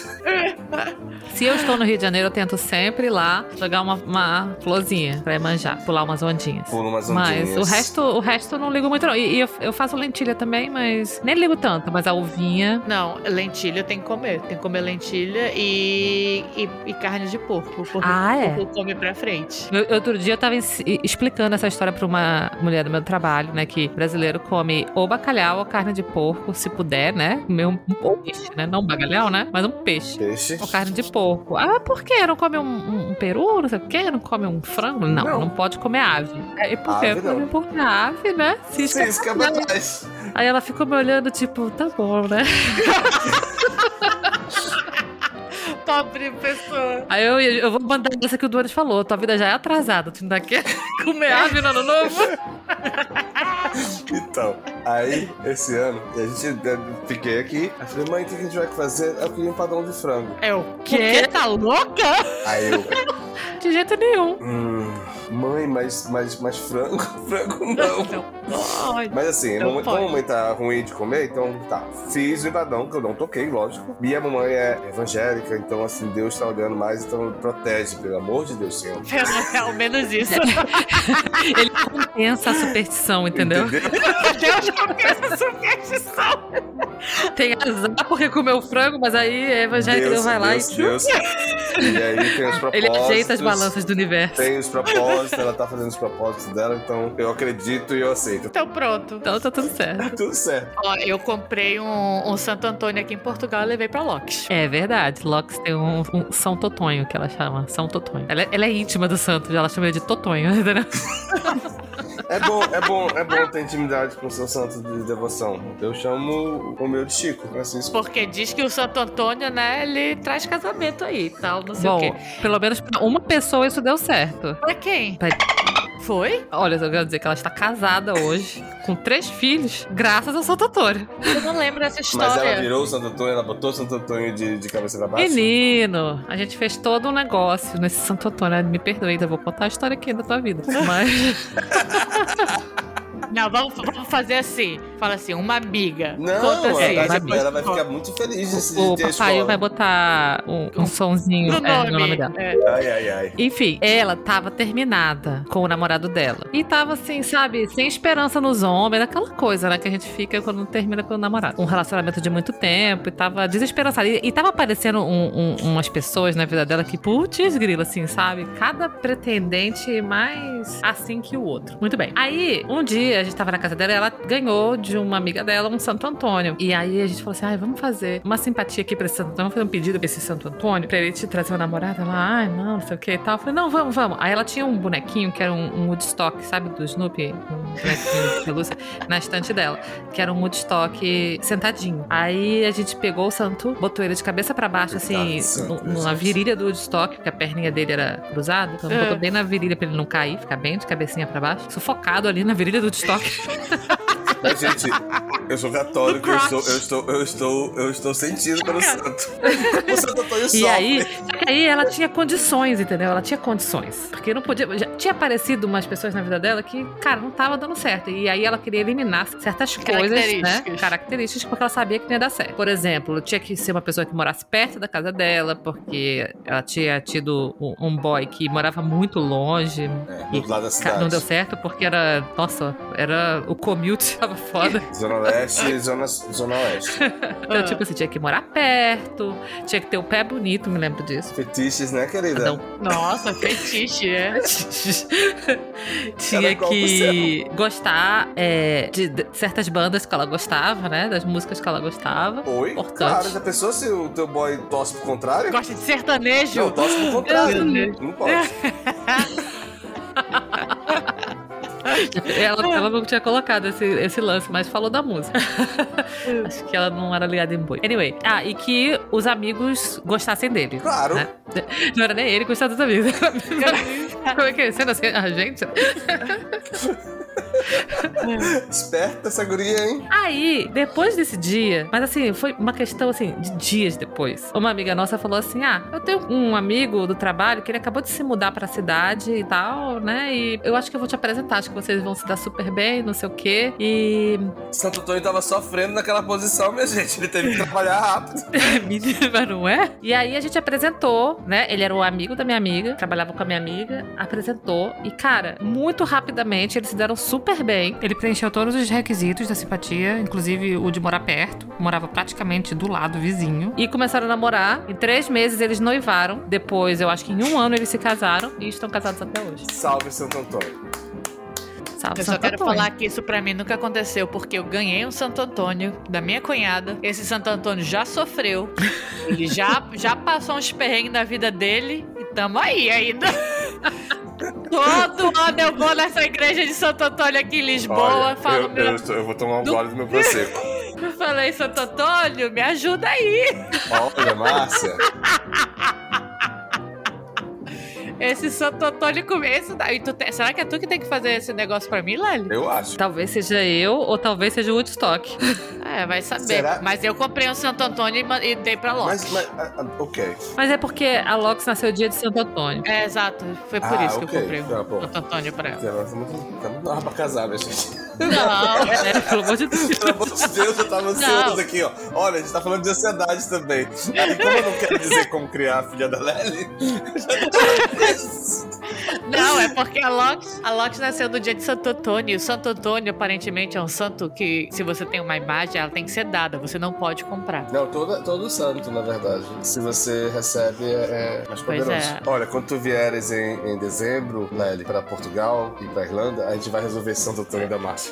Speaker 3: Se eu estou no Rio de Janeiro, eu tento sempre ir lá jogar uma, uma florzinha pra manjar, pular umas ondinhas.
Speaker 2: Pula umas
Speaker 3: Mas o
Speaker 2: ondinhas.
Speaker 3: resto, o resto eu não ligo muito, não. E, e eu, eu faço lentilha também, mas nem ligo tanto. Mas a uvinha.
Speaker 1: Não, lentilha tem que comer. Tem que comer lentilha e, e, e carne de porco. Porque
Speaker 3: Ah, é?
Speaker 1: porco come pra frente.
Speaker 3: Eu- outro dia eu tava ens- e- explicando essa história pra uma mulher do meu trabalho, né? Que brasileiro come ou bacalhau ou carne de porco, se puder, né? Comer um, um peixe, né? Não um bacalhau, né? Mas um peixe.
Speaker 2: Peixe.
Speaker 3: Ou carne de porco. Ah, por quê? Não come um, um- um peru, não sei o quê? Não come um frango? Não,
Speaker 2: Não.
Speaker 3: não, pode comer ave. É, E por quê?
Speaker 2: Ave não.
Speaker 3: Come Porque a ave, né? Se
Speaker 2: Sim, isso que é pra
Speaker 3: escapar.
Speaker 2: trás.
Speaker 3: Aí ela ficou me olhando, tipo, tá bom, né?
Speaker 1: [laughs] Pobre pessoa.
Speaker 3: Aí eu, eu vou mandar essa que o Duanes falou. Tua vida já é atrasada, tu ainda quer [laughs] comer ave no ano novo?
Speaker 2: [laughs] Então, aí, esse ano, a gente eu fiquei aqui. Aí falei, mãe, o que a gente vai fazer? Eu queria um padrão de frango.
Speaker 1: É o quê? Tá louca?
Speaker 2: Aí eu,
Speaker 3: De jeito nenhum.
Speaker 2: hum, mãe, mas, mas, mas frango? [laughs] Frango não.
Speaker 1: Pode.
Speaker 2: Mas assim,
Speaker 1: Não
Speaker 2: mamãe,
Speaker 1: pode.
Speaker 2: como a mamãe tá ruim de comer, então tá. Fiz o empadão, que eu não toquei, lógico. Minha mamãe é evangélica, então assim, Deus tá olhando mais, então protege, pelo amor de Deus, Senhor.
Speaker 1: Pelo, pelo menos isso. [laughs]
Speaker 3: Ele compensa a superstição, entendeu?
Speaker 1: Deus compensa a superstição.
Speaker 3: Tem azar porque comeu frango, mas aí a evangélica
Speaker 2: Deus,
Speaker 3: vai lá
Speaker 2: Deus,
Speaker 3: e
Speaker 2: Deus. E aí tem os
Speaker 3: ele
Speaker 2: propósitos.
Speaker 3: ajeita as balanças do universo.
Speaker 2: Tem os propósitos, ela tá fazendo os propósitos dela, então eu acredito e eu aceito.
Speaker 1: Então pronto.
Speaker 3: Então tá tudo certo.
Speaker 2: Tudo certo.
Speaker 1: Ó, eu comprei um, um Santo Antônio aqui em Portugal e levei pra Locks.
Speaker 3: É verdade, Lox tem um, um São Totonho que ela chama, São Totonho. Ela, ela é íntima do santo, ela chama ele de Totonho, [laughs] entendeu?
Speaker 2: É bom, é bom, é bom ter intimidade com o seu santo de devoção. Eu chamo o meu de Chico, Francisco.
Speaker 1: Porque diz que o Santo Antônio, né, ele traz casamento aí e tal, não sei o
Speaker 3: Bom,
Speaker 1: quê.
Speaker 3: pelo menos pra uma pessoa isso deu certo.
Speaker 1: Pra quem?
Speaker 3: Pra-
Speaker 1: Foi?
Speaker 3: Olha, eu quero dizer que ela está casada hoje, com três filhos, graças ao Santo Antônio.
Speaker 4: Eu não lembro dessa
Speaker 2: Mas ela
Speaker 4: história.
Speaker 2: virou o Santo Antônio, ela botou o Santo Antônio de, de cabeça pra baixo.
Speaker 3: Menino, a gente fez todo um negócio nesse Santo Antônio. Me perdoe, ainda vou contar a história aqui da tua vida. Mas
Speaker 1: Não, vamos, vamos fazer assim. Fala assim, uma amiga.
Speaker 2: Não,
Speaker 1: Conta
Speaker 2: ela,
Speaker 1: assim.
Speaker 2: vai-
Speaker 3: vai
Speaker 2: ela vai ficar muito feliz de, de
Speaker 3: o
Speaker 2: ter a
Speaker 3: papai
Speaker 2: escola.
Speaker 3: vai botar um, um sonzinho
Speaker 1: No
Speaker 3: é,
Speaker 1: nome.
Speaker 3: no nome dela.
Speaker 1: É.
Speaker 2: Ai, ai, ai.
Speaker 3: Enfim, ela tava terminada com o namorado dela. E tava assim, sabe, sem esperança nos homens, aquela coisa, né, que a gente fica quando termina com o namorado. Um relacionamento de muito tempo e tava desesperançada. E, e tava aparecendo um- um- umas pessoas na vida dela que, putz, grila, assim, sabe? Cada pretendente mais assim que o outro. Muito bem. Aí, um dia, a gente tava na casa dela e ela ganhou de uma amiga dela um Santo Antônio. E aí a gente falou assim: ai, vamos fazer uma simpatia aqui pra esse Santo Antônio, vamos fazer um pedido pra esse Santo Antônio, pra ele te trazer uma namorada. Ela, ai, não, não sei o que e tal. Eu falei, não, vamos, vamos. Aí ela tinha um bonequinho que era um, um Woodstock, sabe, do Snoopy, um bonequinho de [laughs] pelúcia, na estante dela, que era um Woodstock sentadinho. Aí a gente pegou o santo, botou ele de cabeça pra baixo, assim,
Speaker 2: Nossa,
Speaker 3: no-
Speaker 2: Jesus.
Speaker 3: na virilha do Woodstock, porque a perninha dele era cruzada, então
Speaker 1: É.
Speaker 3: botou bem na virilha pra ele não cair, ficar bem de cabecinha pra baixo, sufocado ali na virilha do Woodstock.
Speaker 1: [laughs]
Speaker 2: Mas, gente, eu sou católico,
Speaker 1: No
Speaker 2: eu
Speaker 1: crotch.
Speaker 2: estou, eu estou, eu estou, eu estou sentindo pelo santo. O santo Antônio
Speaker 3: E
Speaker 2: sofre.
Speaker 3: aí, só que aí ela tinha condições, entendeu? Ela tinha condições. Porque não podia. Já tinha aparecido umas pessoas na vida dela que, cara, não tava dando certo. E aí ela queria eliminar certas coisas, né?
Speaker 1: Características.
Speaker 3: Características, porque ela sabia que não ia dar certo. Por exemplo, tinha que ser uma pessoa que morasse perto da casa dela, porque ela tinha tido um- um boy que morava muito longe.
Speaker 2: É, do lado da
Speaker 3: Ca-
Speaker 2: cidade.
Speaker 3: Não deu certo porque era. Nossa, era. O commute [laughs] tava foda.
Speaker 2: Zona Leste e Zona, zona Oeste.
Speaker 1: É,
Speaker 3: Então, tipo assim, tinha que morar perto, tinha que ter o pé bonito, me lembro disso.
Speaker 2: Fetiches, né, querida?
Speaker 3: Cada um
Speaker 1: Nossa, fetiche, é.
Speaker 2: Cada
Speaker 3: [laughs] tinha
Speaker 2: qual
Speaker 3: que gostar é, de, de certas bandas que ela gostava, né? Das músicas que ela
Speaker 2: [laughs]
Speaker 3: gostava.
Speaker 2: Oi?
Speaker 3: Importante.
Speaker 2: Claro, já pensou se o teu boy tosse pro contrário?
Speaker 1: Gosta de sertanejo?
Speaker 2: Não, tosse pro contrário.
Speaker 1: Meu
Speaker 2: Não pode.
Speaker 3: Ela, ela não tinha colocado esse, esse lance, mas falou da música. Acho que ela não era ligada em boi. Anyway, ah, e que os amigos gostassem dele.
Speaker 2: Claro.
Speaker 3: Né? Não era nem ele gostar dos amigos. [laughs] Como é que é? Você não sei, a gente?
Speaker 2: Esperta essa guria, hein?
Speaker 3: Aí, depois desse dia, mas assim, foi uma questão assim, de dias depois. Uma amiga nossa falou assim: Ah, eu tenho um amigo do trabalho que ele acabou de se mudar pra cidade e tal, né? E eu acho que eu vou te apresentar, acho que vocês vão se dar super bem, não sei o quê. E.
Speaker 2: Santo Antônio tava sofrendo naquela posição, minha gente. Ele teve que trabalhar rápido.
Speaker 3: Menina, não é? E aí a gente apresentou, né? Ele era o amigo da minha amiga, trabalhava com a minha amiga, apresentou. E, cara, muito rapidamente eles se deram super bem. Ele preencheu todos os requisitos da simpatia, inclusive o de morar perto. Morava praticamente do lado vizinho. E começaram a namorar. Em três meses eles noivaram. Depois, eu acho que em um ano eles se casaram e estão casados até hoje.
Speaker 2: Salve, Santo Antônio.
Speaker 3: Salve,
Speaker 1: Eu só
Speaker 3: Santo
Speaker 1: quero
Speaker 3: Antônio.
Speaker 1: falar que isso pra mim nunca aconteceu, porque eu ganhei um Santo Antônio da minha cunhada. Esse Santo Antônio já sofreu. Ele já, já passou uns perrengues na vida dele e tamo aí ainda. Todo ano eu vou nessa igreja de Santo Antônio aqui em Lisboa.
Speaker 2: Olha,
Speaker 1: falo,
Speaker 2: eu,
Speaker 1: meu,
Speaker 2: eu estou- eu vou tomar um gole do meu prosecco.
Speaker 1: eu falei, Santo Antônio, me ajuda aí.
Speaker 2: Olha, Márcia.
Speaker 1: Esse Santo Antônio com esse. daí tu te- Será que é tu que tem que fazer esse negócio pra mim, Lali?
Speaker 2: Eu acho.
Speaker 3: Talvez seja eu ou talvez seja o Woodstock.
Speaker 1: É, vai saber.
Speaker 2: Será?
Speaker 1: Mas eu comprei um Santo Antônio e ma- e dei pra Lopes.
Speaker 2: Mas, mas ah, ah, ok.
Speaker 3: Mas é porque a Lox nasceu dia de Santo Antônio.
Speaker 1: É, exato. Foi por
Speaker 2: Ah,
Speaker 1: isso que
Speaker 2: ok.
Speaker 1: eu comprei
Speaker 2: Tá bom.
Speaker 1: o Santo Antônio pra
Speaker 2: [laughs]
Speaker 1: ela.
Speaker 2: Ela tá muito, tá muito nova pra casar, minha gente.
Speaker 1: Não, né,
Speaker 3: É, pelo amor
Speaker 2: [laughs]
Speaker 3: de Deus.
Speaker 2: Pelo amor de Deus, eu tava ansioso aqui, ó. Olha, a gente tá falando de ansiedade também. Aí, como eu não quero dizer como criar a filha da Lely, eu já tô falando isso.
Speaker 1: não, é porque a Lox, a Lox nasceu do dia de Santo Antônio. E o Santo Antônio, aparentemente, é um santo que, se você tem uma imagem, ela tem que ser dada. Você não pode comprar.
Speaker 2: Não, todo, todo santo, na verdade. Se você recebe, é, é mais
Speaker 1: Pois
Speaker 2: poderoso.
Speaker 1: é.
Speaker 2: Olha, quando tu vieres em, em dezembro, Lely, pra Portugal e pra Irlanda, a gente vai resolver Santo Antônio da
Speaker 3: [laughs]
Speaker 2: Márcia.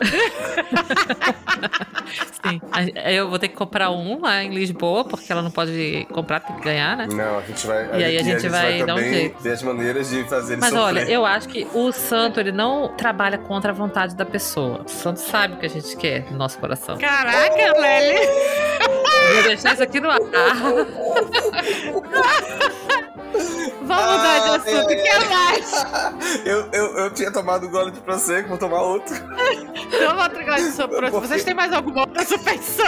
Speaker 3: Sim.
Speaker 1: Ah,
Speaker 3: A- Eu vou ter que comprar um lá em Lisboa, porque ela não pode comprar, tem que ganhar, né?
Speaker 2: Não, a gente vai...
Speaker 3: E aí a gente vai dar um
Speaker 2: também
Speaker 3: jeito.
Speaker 2: ver as maneiras de fazer ele
Speaker 3: Mas
Speaker 2: sofrer.
Speaker 3: olha, eu acho que o santo, ele não trabalha contra a vontade da pessoa. O santo sabe o que a gente quer no nosso coração.
Speaker 1: Caraca,
Speaker 2: Oh!
Speaker 1: Lely!
Speaker 3: Eu
Speaker 2: [laughs]
Speaker 3: Vou deixar isso aqui no ar.
Speaker 2: Ah,
Speaker 1: Vamos dar de Nossa,
Speaker 2: é.
Speaker 1: tu quer é mais?
Speaker 2: Eu, eu, eu tinha tomado um gole de prosecco, vou tomar outro.
Speaker 1: Toma outro gole de sopro.
Speaker 2: Porque-
Speaker 1: Vocês têm mais alguma outra
Speaker 2: [laughs]
Speaker 1: superstição?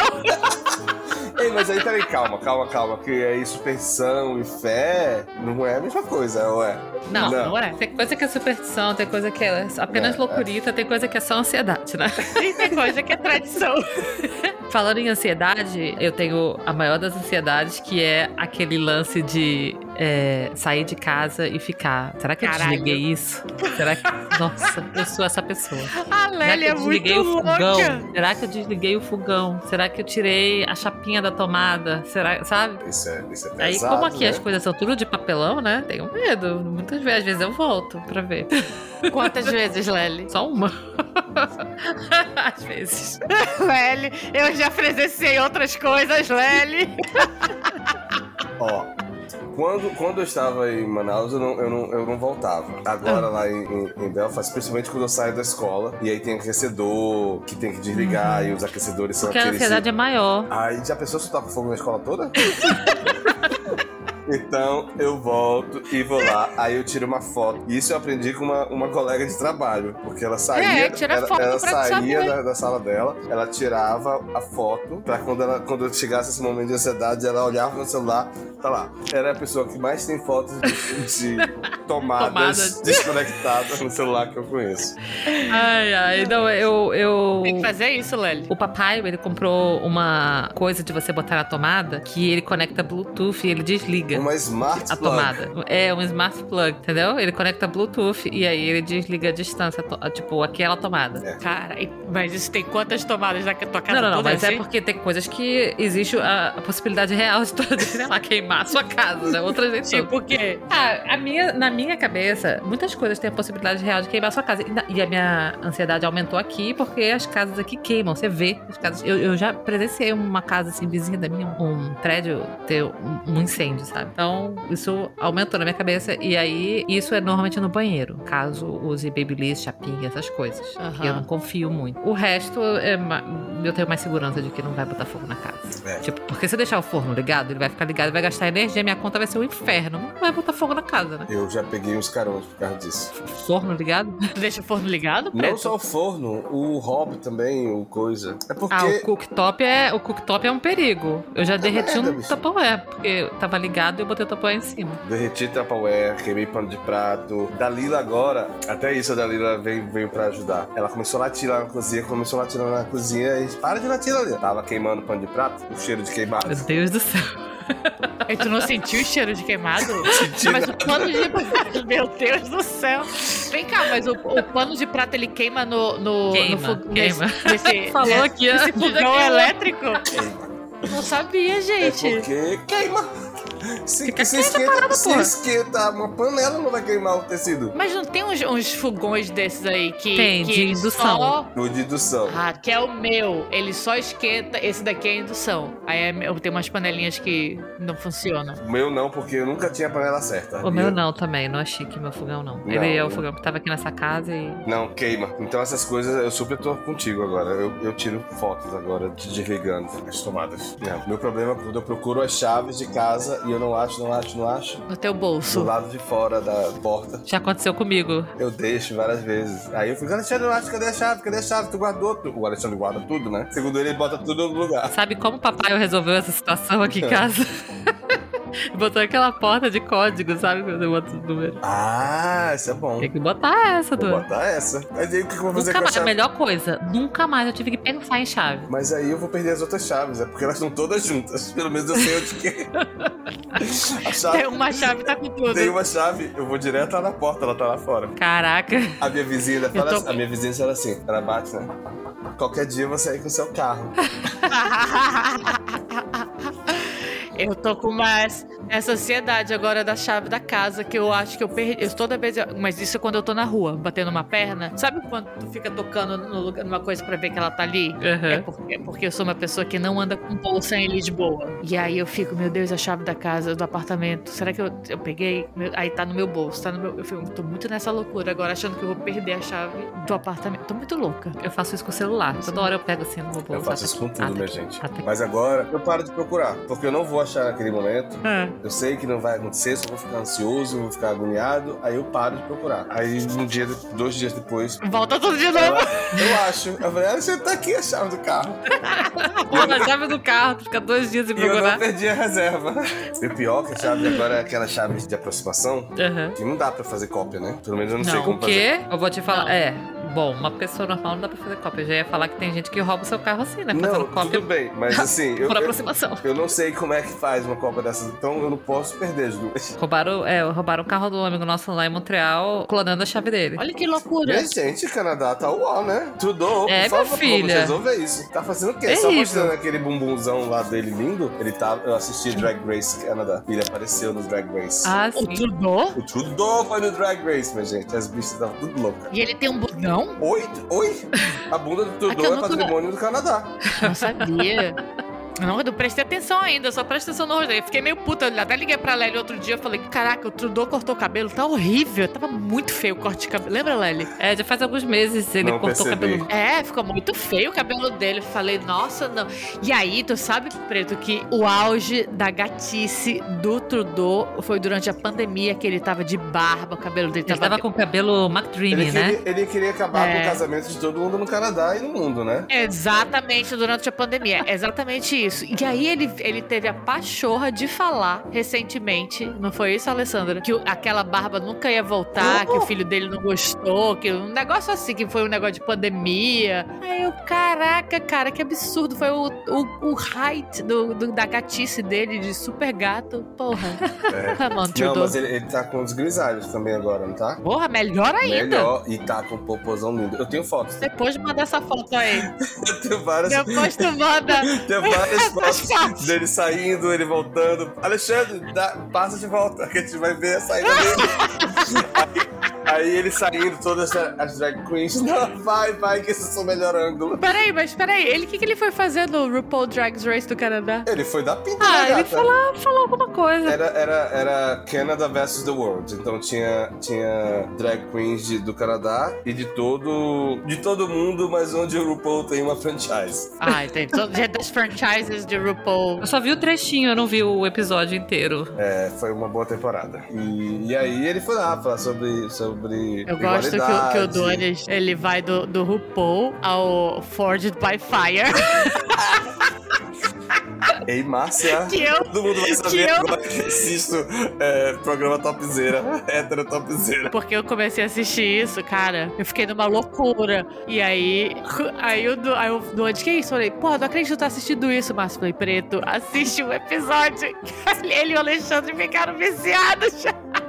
Speaker 2: Ei, mas aí, peraí, calma, calma, calma. Que aí superstição e fé não é a mesma coisa, ué.
Speaker 3: Não,
Speaker 2: Não.
Speaker 3: não, é. Tem coisa que é superstição, tem coisa que é apenas
Speaker 2: É, é.
Speaker 3: loucurita, tem coisa que é só ansiedade, né? [laughs]
Speaker 1: Sim, tem coisa que é tradição.
Speaker 3: Falando em ansiedade, eu tenho a maior das ansiedades, que é aquele lance de é, sair de casa e ficar. Será que eu
Speaker 1: Caralho.
Speaker 3: desliguei isso? Será que. Nossa, eu sou essa pessoa.
Speaker 1: A
Speaker 3: Será que
Speaker 1: Lélia é
Speaker 3: eu desliguei
Speaker 1: muito
Speaker 3: o fogão?
Speaker 1: louca.
Speaker 3: Será que eu desliguei o fogão? Será que eu tirei a chapinha da tomada? Será, sabe?
Speaker 2: Isso é, isso é pesado,
Speaker 3: Aí, como aqui
Speaker 2: né?
Speaker 3: as coisas são tudo de papelão, né? Tenho medo. Muitas vezes, às vezes eu volto pra ver.
Speaker 1: Quantas vezes, Lely?
Speaker 3: Só uma. [laughs] às vezes.
Speaker 1: Lely, eu já presenciei outras coisas, Lely.
Speaker 2: Ó, quando, quando eu estava em Manaus, eu não, eu não, eu não voltava. Agora lá em, em, em Belfast, principalmente quando eu saio da escola, e aí tem aquecedor, que tem que desligar, e os aquecedores são
Speaker 3: Uhum. Porque a
Speaker 2: aqueles...
Speaker 3: ansiedade é maior.
Speaker 2: Aí, já pensou se eu toco fogo na escola toda? [laughs] Então eu volto e vou lá, aí eu tiro uma foto. Isso eu aprendi com uma, uma colega de trabalho, porque ela saía,
Speaker 1: É, tira
Speaker 2: ela,
Speaker 1: foto
Speaker 2: ela
Speaker 1: pra
Speaker 2: saía
Speaker 1: saber.
Speaker 2: da, da sala dela, ela tirava a foto pra quando ela quando chegasse esse momento de ansiedade, ela olhava no celular, tá lá. Era a pessoa que mais tem fotos
Speaker 1: [laughs]
Speaker 2: de, de tomadas
Speaker 3: Tomada.
Speaker 2: desconectadas no celular que eu conheço.
Speaker 3: Ai, ai, não, eu. eu...
Speaker 1: Tem que fazer isso, Lely.
Speaker 3: O papai, ele comprou uma coisa de você botar na tomada que ele conecta Bluetooth e ele desliga
Speaker 2: Uma smart
Speaker 3: a
Speaker 2: plug.
Speaker 3: tomada. É um smart plug, entendeu? Ele conecta Bluetooth e aí ele desliga a distância, to- tipo, aquela tomada.
Speaker 1: Cara, e- mas isso tem quantas tomadas na tua casa
Speaker 3: não, não, não,
Speaker 1: toda
Speaker 3: mas é
Speaker 1: assim?
Speaker 3: porque tem coisas que existe a, a possibilidade real de, [laughs] tu- de, sei lá, queimar a sua casa, né? Outras nem tanto.
Speaker 1: Tipo o quê?
Speaker 3: Ah, a minha, na minha cabeça, muitas coisas têm a possibilidade real de queimar a sua casa. E na- E a minha ansiedade aumentou aqui porque as casas aqui queimam. Você vê as casas. Eu, eu já presenciei uma casa assim, vizinha da minha, um prédio ter um, um incêndio, sabe? Então, isso aumentou na minha cabeça. E aí, isso é normalmente no banheiro, caso use babyliss, chapinha, essas coisas.
Speaker 1: Aham.
Speaker 3: E eu não confio muito. O resto, é ma- eu tenho mais segurança de que não vai botar fogo na casa.
Speaker 2: É.
Speaker 3: Tipo, porque se eu deixar o forno ligado, ele vai ficar ligado, vai gastar energia, minha conta vai ser um inferno. Não vai botar fogo na casa, né?
Speaker 2: Eu já peguei uns carões por causa disso.
Speaker 3: Forno ligado?
Speaker 1: Tu deixa o forno ligado,
Speaker 2: Não
Speaker 1: preto?
Speaker 2: só o forno, o hobby também, o coisa. É porque.
Speaker 3: Ah, o cooktop é, o cooktop é um perigo. Eu já derreti
Speaker 2: merda,
Speaker 3: um
Speaker 2: bicho.
Speaker 3: tapoé, porque tava ligado e eu botei o tapoé em cima.
Speaker 2: Derreti Tupperware, queimei pano de prato. Dalila agora, até isso a Dalila veio, veio pra ajudar. Ela começou a latir lá na cozinha, começou a latir lá na cozinha e para de latir ali. Tava queimando pano de prato, o cheiro de queimado. [laughs]
Speaker 3: Meu Deus do céu.
Speaker 1: E tu não sentiu o cheiro de
Speaker 3: [laughs]
Speaker 1: queimado? mas o pano de... Meu Deus do céu. Vem cá, mas o, o pano de prata, ele queima no... no
Speaker 3: Queima,
Speaker 1: no fogo-
Speaker 3: queima.
Speaker 1: Nesse, nesse,
Speaker 3: [laughs] Falou aqui,
Speaker 1: nesse fogão é elétrico?
Speaker 2: Queima.
Speaker 1: Não sabia,
Speaker 2: É
Speaker 1: gente.
Speaker 2: porque queima. Se,
Speaker 3: Fica
Speaker 2: se,
Speaker 3: quente a
Speaker 2: esquenta,
Speaker 3: é parada,
Speaker 2: se
Speaker 3: porra.
Speaker 2: esquenta uma panela, não vai queimar o tecido.
Speaker 1: Mas não tem uns, uns fogões desses aí que...
Speaker 3: Tem,
Speaker 1: que
Speaker 3: de
Speaker 1: ele
Speaker 3: indução.
Speaker 1: Só...
Speaker 2: O de indução.
Speaker 1: Ah, que é o meu. Ele só esquenta. Esse daqui é a indução. Aí é meu- tem umas panelinhas que não funcionam.
Speaker 2: O meu não, porque eu nunca tinha a panela certa.
Speaker 3: O meu
Speaker 2: Eu-
Speaker 3: não também, não achei que meu fogão não.
Speaker 2: Não,
Speaker 3: Ele é o
Speaker 2: eu-
Speaker 3: fogão que tava aqui nessa casa e.
Speaker 2: Não, queima. Então essas coisas eu super tô contigo agora. Eu, eu tiro fotos agora de- desligando as tomadas. Não, meu problema é quando eu procuro as chaves de casa e eu não acho, não acho, não acho.
Speaker 1: No teu
Speaker 2: Do
Speaker 1: bolso.
Speaker 2: lado de fora da porta,
Speaker 3: Já aconteceu comigo.
Speaker 2: eu deixo várias vezes. Aí eu fico, Alexandre, eu acho, cadê a chave? Cadê a chave? Tu guardou tudo. O Alexandre guarda tudo, né? Segundo ele, ele bota tudo no lugar.
Speaker 3: Sabe como o papai resolveu essa situação
Speaker 2: [laughs]
Speaker 3: aqui em casa? [laughs] Botou aquela porta de código, sabe? Quando eu boto o número.
Speaker 2: Ah, isso é bom.
Speaker 3: Tem que botar essa,
Speaker 2: Vou
Speaker 3: Dudu.
Speaker 2: botar essa. Mas aí o que que eu vou fazer
Speaker 3: Nunca
Speaker 2: com a
Speaker 3: mais, a
Speaker 2: chave?
Speaker 3: melhor coisa, nunca mais eu tive que pensar em chave.
Speaker 2: Mas aí eu vou perder as outras chaves, é porque elas estão todas juntas. Pelo menos eu sei onde que é. A chave
Speaker 1: Tem uma chave tá com tudo.
Speaker 2: Tem um- uma chave, eu vou direto lá na porta, ela tá lá fora.
Speaker 3: Caraca.
Speaker 2: A minha vizinha
Speaker 1: Eu
Speaker 2: fala
Speaker 1: tô-
Speaker 2: assim- a minha vizinha fala assim, ela bate, né? Qualquer dia eu vou sair com o seu carro.
Speaker 1: [laughs] Eu tô com uma essa ansiedade agora da chave da casa que eu acho que eu perdi. Eu toda vez, mas isso é quando eu tô na rua, batendo uma perna. Sabe quando tu fica tocando no lugar, numa coisa pra ver que ela tá ali? É
Speaker 3: Uhum.
Speaker 1: porque, é porque eu sou uma pessoa que não anda com bolsa em Lisboa. E aí eu fico, meu Deus, a chave da casa, do apartamento. Será que eu, eu peguei? Meu- Aí tá no meu bolso, tá no meu. Eu fico, tô muito nessa loucura agora, achando que eu vou perder a chave do apartamento. Tô muito louca.
Speaker 3: Eu faço isso com o celular. Toda hora eu pego assim no meu bolso.
Speaker 2: Eu faço isso com
Speaker 3: Ah,
Speaker 2: tudo,
Speaker 3: tá
Speaker 2: minha
Speaker 3: aqui.
Speaker 2: gente.
Speaker 3: Ah, tá aqui.
Speaker 2: Mas agora eu paro de procurar, porque eu não vou relaxar naquele momento.
Speaker 1: Ah.
Speaker 2: Eu sei que não vai acontecer, só vou ficar ansioso, vou ficar agoniado. Aí eu paro de procurar. Aí um dia, dois dias depois.
Speaker 1: Volta tudo de
Speaker 2: Eu,
Speaker 1: novo.
Speaker 2: eu acho. Eu falei, ah, você tá aqui a chave do carro.
Speaker 3: Porra, a Ah, chave do carro, tu fica dois dias sem
Speaker 2: E eu não
Speaker 3: procurar.
Speaker 2: perdi a reserva. E o pior que a chave agora é aquela chave de aproximação.
Speaker 3: Aham.
Speaker 2: Que não dá pra fazer cópia, né? Pelo menos eu não, sei
Speaker 1: Não,
Speaker 2: como
Speaker 3: O
Speaker 2: fazer.
Speaker 3: quê? Eu vou te falar.
Speaker 1: Não.
Speaker 3: É, bom, uma pessoa normal não dá pra fazer cópia. Eu já ia falar que tem gente que rouba o seu carro assim, né? Fazendo
Speaker 2: Não,
Speaker 3: cópia
Speaker 2: tudo bem, mas assim,
Speaker 3: [laughs]
Speaker 2: eu,
Speaker 3: por
Speaker 2: eu,
Speaker 3: aproximação.
Speaker 2: eu não sei como é que faz uma cópia dessas, então eu não posso perder as duas.
Speaker 3: Roubaram, é, roubaram o carro do amigo nosso lá em Montreal, clonando a chave dele.
Speaker 1: [laughs] Olha que loucura.
Speaker 2: Mas, gente, Canadá tá uau, né? Trudeau,
Speaker 3: É,
Speaker 2: por favor,
Speaker 3: minha filha.
Speaker 2: vamos resolver isso. Tá fazendo o quê? Só
Speaker 3: Terrível.
Speaker 2: mostrando aquele bumbumzão lá dele lindo? Ele tá. Eu assisti Drag Race Canadá. Ele apareceu no Drag Race.
Speaker 3: Ah,
Speaker 1: é O
Speaker 3: sim.
Speaker 1: Trudeau?
Speaker 2: O Trudeau foi no Drag Race, minha gente. As bichas estavam tudo loucas.
Speaker 1: E ele tem um bundão?
Speaker 2: Oi,
Speaker 3: [laughs]
Speaker 2: oi! A bunda do
Speaker 1: Aqui eu
Speaker 2: Trudeau é
Speaker 1: nunca-
Speaker 2: patrimônio do Canadá.
Speaker 1: Não sabia. [laughs] Não, eu não prestei atenção ainda, eu só prestei atenção no rosto. Eu fiquei meio puta, eu até liguei pra Lely outro dia, eu falei, caraca, o Trudeau cortou o cabelo, tá horrível, tava muito feio o corte de cabelo. Lembra, Lely?
Speaker 3: É, já faz alguns meses ele
Speaker 2: Não
Speaker 3: cortou o
Speaker 2: percebi.
Speaker 3: cabelo.
Speaker 1: É, ficou muito feio o cabelo dele. Eu Falei, nossa, não. E aí, tu sabe, Preto, que o auge da gatice do Trudeau foi durante a pandemia, que ele tava de barba, o cabelo dele
Speaker 3: Ele
Speaker 1: tava...
Speaker 3: tava com o cabelo McDreamy,
Speaker 2: Ele
Speaker 3: né?
Speaker 2: queria, ele queria acabar com
Speaker 1: É.
Speaker 2: o casamento de todo mundo no Canadá e no mundo, né?
Speaker 1: Exatamente, durante a pandemia. É Exatamente isso. E aí ele, ele teve a pachorra de falar recentemente, não foi isso, Alessandra? Que o- aquela barba nunca ia voltar, que o filho dele não gostou, que um negócio assim, que foi um negócio de pandemia. Aí eu, caraca, cara, que absurdo. Foi o, o, o height do, do- da gatice dele, de super gato. Porra.
Speaker 2: É.
Speaker 1: Come on,
Speaker 2: Não,
Speaker 1: Trudeau.
Speaker 2: mas ele, ele tá com os grisalhos também agora, não tá?
Speaker 1: Porra, melhor ainda.
Speaker 2: Melhor e tá com o popozão lindo. Eu tenho fotos. [laughs]
Speaker 1: Depois manda essa foto aí.
Speaker 2: Eu tenho várias,
Speaker 1: Depois tu
Speaker 2: [laughs]
Speaker 1: manda.
Speaker 2: tenho
Speaker 3: [laughs]
Speaker 2: várias
Speaker 1: Essas
Speaker 2: fotos
Speaker 1: fotos.
Speaker 2: dele saindo, ele voltando. Alexandre, dá- passa de volta, que a gente vai ver a saída dele. aí,
Speaker 3: [laughs]
Speaker 2: aí ele saindo, todas as- as drag queens. Não, vai, vai, que esse é o seu melhor ângulo.
Speaker 1: Peraí, mas peraí, ele o que, que ele foi fazer no RuPaul Drag Race do Canadá?
Speaker 2: Ele foi dar pinta
Speaker 3: Ah,
Speaker 2: na
Speaker 3: ele
Speaker 2: gata.
Speaker 3: falou, falou alguma coisa.
Speaker 2: Era, era, era Canada versus the World. Então tinha, tinha drag queens de- do Canadá e de todo, de todo mundo, mas onde o RuPaul tem uma franchise.
Speaker 1: Ah, entendi. Todo dia das franchises de RuPaul.
Speaker 3: Eu só vi o trechinho, eu não vi o episódio inteiro.
Speaker 2: É, foi uma boa temporada. E, e aí ele foi lá falar sobre, sobre
Speaker 1: Eu gosto que, o- que o
Speaker 2: igualdade.
Speaker 1: Donis, ele vai do, do RuPaul ao Forged by [laughs] Fire.
Speaker 2: Ei, Márcia!
Speaker 1: Que eu-
Speaker 2: Todo mundo vai saber
Speaker 1: que eu-
Speaker 2: agora que eu assisto é, programa topzera, hétero topzera.
Speaker 1: Porque eu comecei a assistir isso, cara. Eu fiquei numa loucura. E aí, aí o Do- aí o Donis, que isso? Eu falei, porra, não acredito que tu tá assistindo isso, Márcio. Eu Falei, Preto, assiste um episódio. [laughs] Ele e o Alexandre ficaram viciados.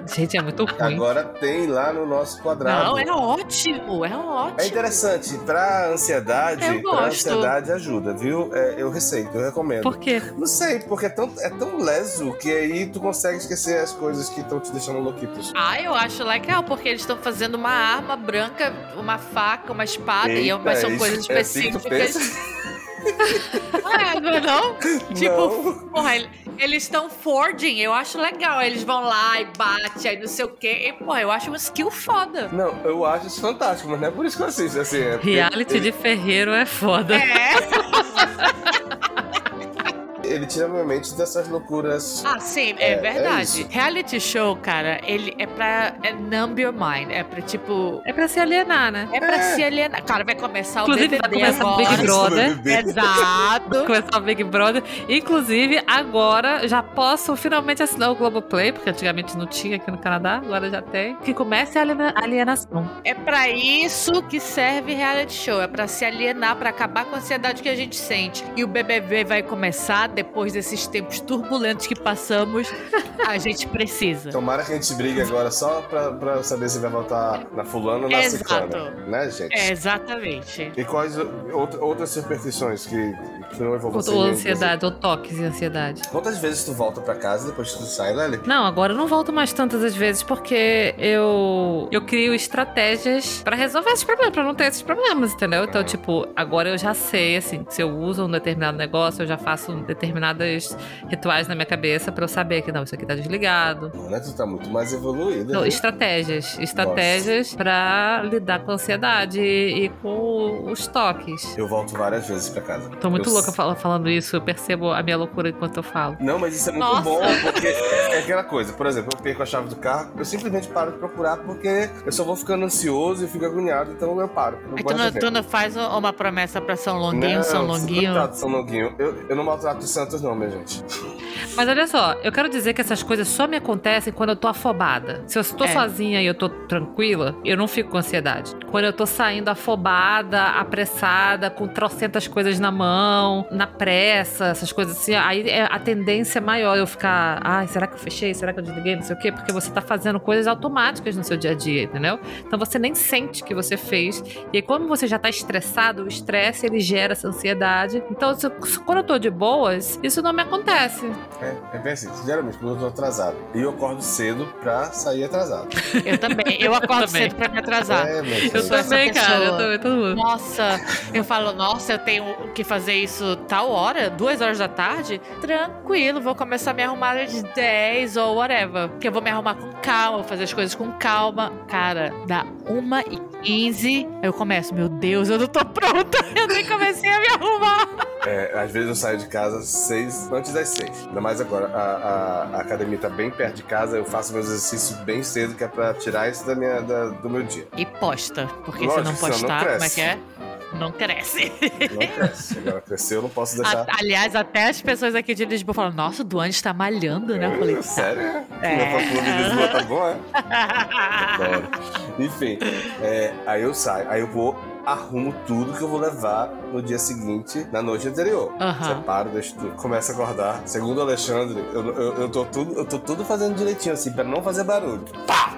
Speaker 3: Gente, é muito ruim.
Speaker 2: Agora tem lá no nosso quadrado.
Speaker 1: Não, é ótimo, é ótimo.
Speaker 2: É interessante, pra ansiedade,
Speaker 1: Eu
Speaker 2: pra
Speaker 1: gosto.
Speaker 2: ansiedade ajuda, viu? É, eu receito, eu recomendo.
Speaker 3: Por quê?
Speaker 2: Não sei, porque é tão, é tão leso que aí tu consegue esquecer as coisas que estão te deixando louquitos.
Speaker 1: Ah, eu acho legal, porque eles estão fazendo uma arma branca, uma faca, uma espada, e é- mas
Speaker 2: Eita,
Speaker 1: são coisas
Speaker 2: isso- é assim que tu
Speaker 1: específicas. Ah, não, é
Speaker 2: [laughs]
Speaker 1: não? Tipo,
Speaker 2: Não.
Speaker 1: porra, ele- eles estão forging, eu acho legal. Eles vão lá e bate, aí não sei o quê. E, porra, eu acho um skill foda.
Speaker 3: [laughs]
Speaker 2: Não, eu acho isso fantástico, mas não é por isso que eu assisto, assim. É porque
Speaker 3: Reality
Speaker 2: ele,
Speaker 3: de ferreiro é foda.
Speaker 1: É.
Speaker 2: ele tira minha mente dessas loucuras.
Speaker 1: Ah, sim, é,
Speaker 2: É, é
Speaker 1: verdade.
Speaker 2: isso.
Speaker 1: Reality show, cara, ele é pra é numb your mind. É pra, tipo...
Speaker 3: É pra se alienar, né?
Speaker 1: É pra
Speaker 2: É.
Speaker 1: se alienar. Cara, vai começar
Speaker 3: Inclusive,
Speaker 1: o
Speaker 3: vai
Speaker 1: BBB
Speaker 3: começar o
Speaker 1: agora.
Speaker 3: Big Brother.
Speaker 2: Bebê.
Speaker 1: Exato.
Speaker 3: Começar o Big Brother. Inclusive, agora já posso finalmente assinar o Globoplay, porque antigamente não tinha aqui no Canadá, agora já tem. Que comece a aliena- alienação.
Speaker 1: É pra isso que serve reality show, é pra se alienar, pra acabar com a ansiedade que a gente sente. E o BBB vai começar depois desses tempos turbulentos que passamos. A gente precisa.
Speaker 2: Tomara que a gente brigue agora só pra, pra saber se vai voltar na fulana ou na
Speaker 1: Exato.
Speaker 2: ciclana. Né, gente?
Speaker 1: É, exatamente.
Speaker 2: E quais outra- outras superstições que, que não envolvam
Speaker 3: Ou ansiedade, ou toques e ansiedade.
Speaker 2: Quantas vezes tu volta pra casa depois que tu sai, Lely?
Speaker 3: Não, agora eu não volto mais tantas as vezes porque eu eu crio estratégias pra resolver esses problemas, pra não ter esses problemas, entendeu? Então, tipo, agora eu já sei, assim, se eu uso um determinado negócio, eu já faço um determinados rituais na minha cabeça pra eu saber que não, isso aqui tá desligado.
Speaker 2: Né? Tu tá muito mais evoluída.
Speaker 3: Não,
Speaker 2: né?
Speaker 3: estratégias. Estratégias pra lidar com a ansiedade e com os toques.
Speaker 2: Eu volto várias vezes pra casa.
Speaker 3: Tô muito
Speaker 2: Eu-
Speaker 3: louca fal- falando isso, eu percebo a minha loucura enquanto eu falo.
Speaker 2: Não, mas isso é muito
Speaker 1: Nossa.
Speaker 2: bom, porque é aquela coisa. Por exemplo, eu perco a chave do carro, eu simplesmente paro de procurar porque eu só vou ficando ansioso e fico agoniado, então eu paro. Eu
Speaker 1: Aí tu
Speaker 2: gosto
Speaker 1: não,
Speaker 3: é
Speaker 2: de ver.
Speaker 1: tu não faz uma promessa pra São Longuinho,
Speaker 2: Não,
Speaker 1: São Longuinho.
Speaker 2: coitado de São Longuinho. Eu, eu não maltrato os Santos, não, minha gente.
Speaker 3: Mas olha só, eu quero dizer que essas coisas só me acontecem quando eu tô afobada. Se eu tô
Speaker 1: É.
Speaker 3: sozinha e eu tô tranquila, eu não fico com ansiedade. Quando eu tô saindo afobada, apressada, com trocentas coisas na mão, na pressa, essas coisas assim, aí é a tendência é maior eu ficar, ai, será que eu fechei? Será que eu desliguei? Não sei o quê, porque você tá fazendo coisas automáticas no seu dia a dia, entendeu? Então você nem sente que você fez. E aí, como você já tá estressado, o estresse ele gera essa ansiedade. Então, se- quando eu tô de boas, isso não me acontece.
Speaker 2: É, é bem assim. Geralmente, quando eu tô atrasado. E eu acordo cedo pra sair atrasado.
Speaker 1: Eu também. Eu acordo
Speaker 3: também.
Speaker 1: cedo pra me atrasar.
Speaker 2: É, meu
Speaker 3: Eu
Speaker 2: Deus.
Speaker 1: sou essa
Speaker 3: também, cara. Eu
Speaker 1: pessoa.
Speaker 3: também, todo mundo.
Speaker 1: Nossa, eu falo, nossa, eu tenho que fazer isso tal hora, duas horas da tarde? Tranquilo, vou começar a me arrumar às 10 ou whatever. Porque eu vou me arrumar com calma, vou fazer as coisas com calma. Cara, dá 1 e 15, eu começo, meu Deus, eu não tô pronta, [laughs] eu nem comecei a me arrumar.
Speaker 2: É, às vezes eu saio de casa às seis, antes das seis. Ainda mais agora, a, a- a academia tá bem perto de casa, eu faço meus exercícios bem cedo, que é pra tirar isso da minha, da- do meu dia.
Speaker 1: E posta, porque
Speaker 2: Lógico,
Speaker 1: se não
Speaker 2: senão não
Speaker 1: postar, como é
Speaker 2: cresce.
Speaker 1: que é? Não cresce.
Speaker 2: Não cresce. Agora cresceu, eu não posso deixar.
Speaker 1: A- aliás, até as pessoas aqui de Lisboa falam, nossa, o Duane tá malhando, né? Eu falei, [laughs]
Speaker 2: Sério?
Speaker 1: É.
Speaker 2: Meu fã-clube de Lisboa tá bom, é? Adoro. Enfim, é, aí eu saio, aí eu vou, arrumo tudo que eu vou levar no dia seguinte, na noite anterior.
Speaker 1: Aham.
Speaker 2: Separo, deixo tudo. Começo a acordar. Segundo o Alexandre, eu, eu, eu tô tudo, eu tô tudo fazendo direitinho, assim, pra não fazer barulho. Pá!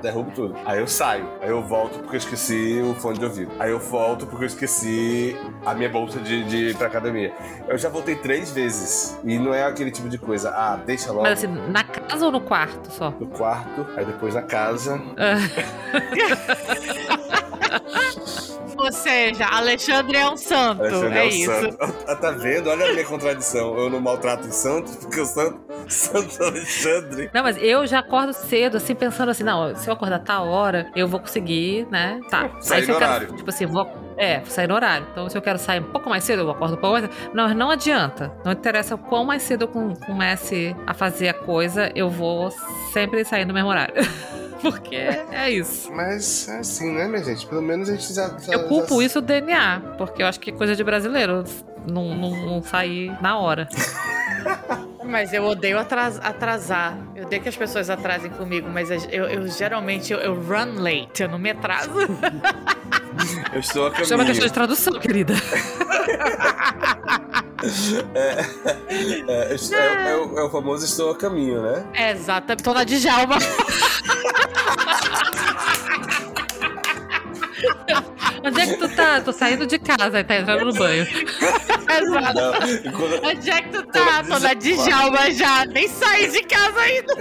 Speaker 2: Derrubo tudo. Aí eu saio. Aí eu volto porque eu esqueci o fone de ouvido. Aí eu volto porque eu esqueci a minha bolsa de, de ir pra academia. Eu já voltei três vezes. E não é aquele tipo de coisa. Ah, deixa logo.
Speaker 3: Mas assim, na casa ou no quarto só?
Speaker 2: no quarto, aí depois na casa.
Speaker 1: Ou seja, Alexandre é um santo.
Speaker 2: Alexandre
Speaker 1: é
Speaker 2: o
Speaker 1: isso.
Speaker 2: santo. Ah, Tá vendo? Olha a minha contradição. Eu não maltrato o santo, porque o santo, [laughs] santo Alexandre.
Speaker 3: Não, mas eu já acordo cedo, assim, pensando assim, não, se eu acordar tal hora, eu vou conseguir, né? Tá.
Speaker 2: Sair
Speaker 3: se eu
Speaker 2: no
Speaker 3: quero,
Speaker 2: horário.
Speaker 3: Tipo assim, vou. É, vou sair no horário. Então, se eu quero sair um pouco mais cedo, eu acordo um pouco mais cedo. Não, mas não adianta. Não interessa o quão mais cedo eu com- comece a fazer a coisa, eu vou sempre sair no mesmo horário. [laughs] Porque é isso.
Speaker 2: Mas é assim, né, minha gente? Pelo menos a gente já. já-
Speaker 3: Eu culpo
Speaker 2: já-
Speaker 3: isso o DNA, porque eu acho que é coisa de brasileiro não, não, não sair na hora.
Speaker 1: Mas eu odeio atras- atrasar. Eu odeio que as pessoas atrasem comigo, mas eu, eu- geralmente eu, eu run late, eu não me [laughs] atraso.
Speaker 2: Eu estou a caminho.
Speaker 3: Chama é questão de tradução, querida.
Speaker 2: É, eu estou- é, é o- é o famoso estou a caminho, né?
Speaker 1: É, exatamente. Tô na [laughs] Djalma.
Speaker 3: Onde é que tu tá? Tô saindo de casa, aí tá entrando no banho.
Speaker 1: Exato.
Speaker 2: Não, [laughs] e quando-
Speaker 1: Onde é que tu tá? Tô na Djalma já. Nem saí de casa ainda.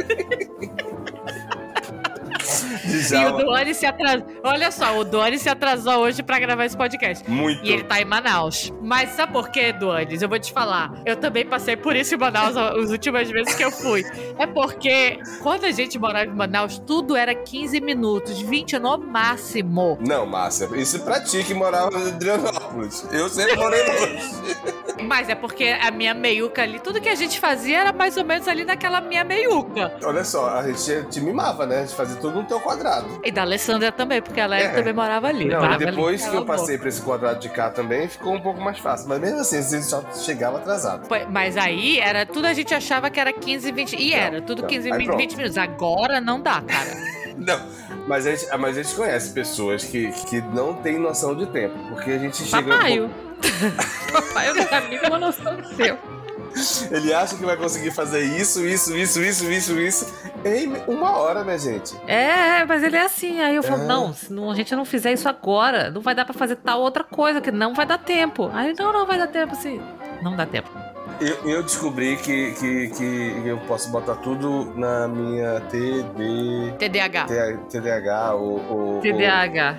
Speaker 1: E o
Speaker 2: Djalma,
Speaker 1: Doni se atrasou. Olha só, o Doni se atrasou hoje pra gravar esse podcast.
Speaker 2: muito.
Speaker 1: E ele tá em Manaus. Mas sabe por quê, Duanes? Eu vou te falar. Eu também passei por isso em Manaus [laughs] as últimas vezes que eu fui. É porque quando a gente morava em Manaus, tudo era 15 minutos, 20 no máximo.
Speaker 2: Não, Márcia, isso é pra ti que morava em Adrianópolis. Eu sempre morei longe.
Speaker 1: Mas é porque a minha meiuca ali, tudo que a gente fazia era mais ou menos ali naquela minha meiuca.
Speaker 2: Olha só, a gente te mimava, né? A gente fazia tudo no teu quadrado.
Speaker 1: E da Alessandra também, porque ela
Speaker 2: É.
Speaker 1: também morava ali.
Speaker 2: Não,
Speaker 1: morava
Speaker 2: e
Speaker 1: ali.
Speaker 2: depois que eu
Speaker 1: Ela morava.
Speaker 2: passei pra esse quadrado de cá também, ficou um pouco mais fácil. Mas mesmo assim, você só chegava atrasado.
Speaker 1: Foi- Mas aí era tudo a gente achava que era 15, 20. E
Speaker 2: Não,
Speaker 1: era, tudo
Speaker 2: não.
Speaker 1: 15,
Speaker 2: Aí
Speaker 1: 20,
Speaker 2: pronto.
Speaker 1: 20 minutos. Agora não dá, cara.
Speaker 2: [laughs] Não, mas a gente, ah, mas a gente conhece pessoas que, que não tem noção de tempo. Porque a gente chega.
Speaker 3: [laughs] Papaio. Papaio da amiga é uma noção do seu.
Speaker 2: Ele acha que vai conseguir fazer isso, isso, isso, isso, isso, isso. Em uma hora, minha gente.
Speaker 3: É, mas ele é assim. Aí eu falo,
Speaker 2: É.
Speaker 3: não, se não, a gente não fizer isso agora, não vai dar pra fazer tal outra coisa, que não vai dar tempo. Aí, ele, não, não vai dar tempo, assim. Não dá tempo.
Speaker 2: Eu, eu descobri que, que, que eu posso botar tudo na minha TD.
Speaker 1: TDAH.
Speaker 2: TDAH ou. ou- ou-
Speaker 3: TDAH.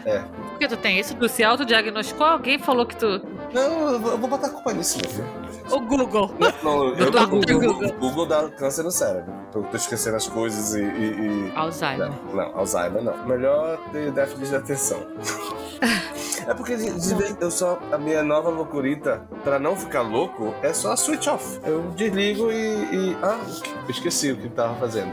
Speaker 1: Por que tu tem isso?
Speaker 3: Tu se autodiagnosticou? Alguém falou que tu
Speaker 2: Não, eu vou- eu vou botar a culpa nisso, meu filho.
Speaker 1: O Google.
Speaker 2: Não, eu,
Speaker 3: Doutor
Speaker 2: o Google,
Speaker 1: Google.
Speaker 2: o Google dá câncer no cérebro. Então, Eu tô esquecendo as coisas e. e- e-
Speaker 1: Alzheimer.
Speaker 2: Não, não, Alzheimer não. Melhor ter déficit de
Speaker 3: [laughs]
Speaker 2: atenção. É porque de- de vez- eu só. A minha nova loucurita, pra não ficar louco, é só switch off. Eu desligo e. e- ah, esqueci o que tava fazendo.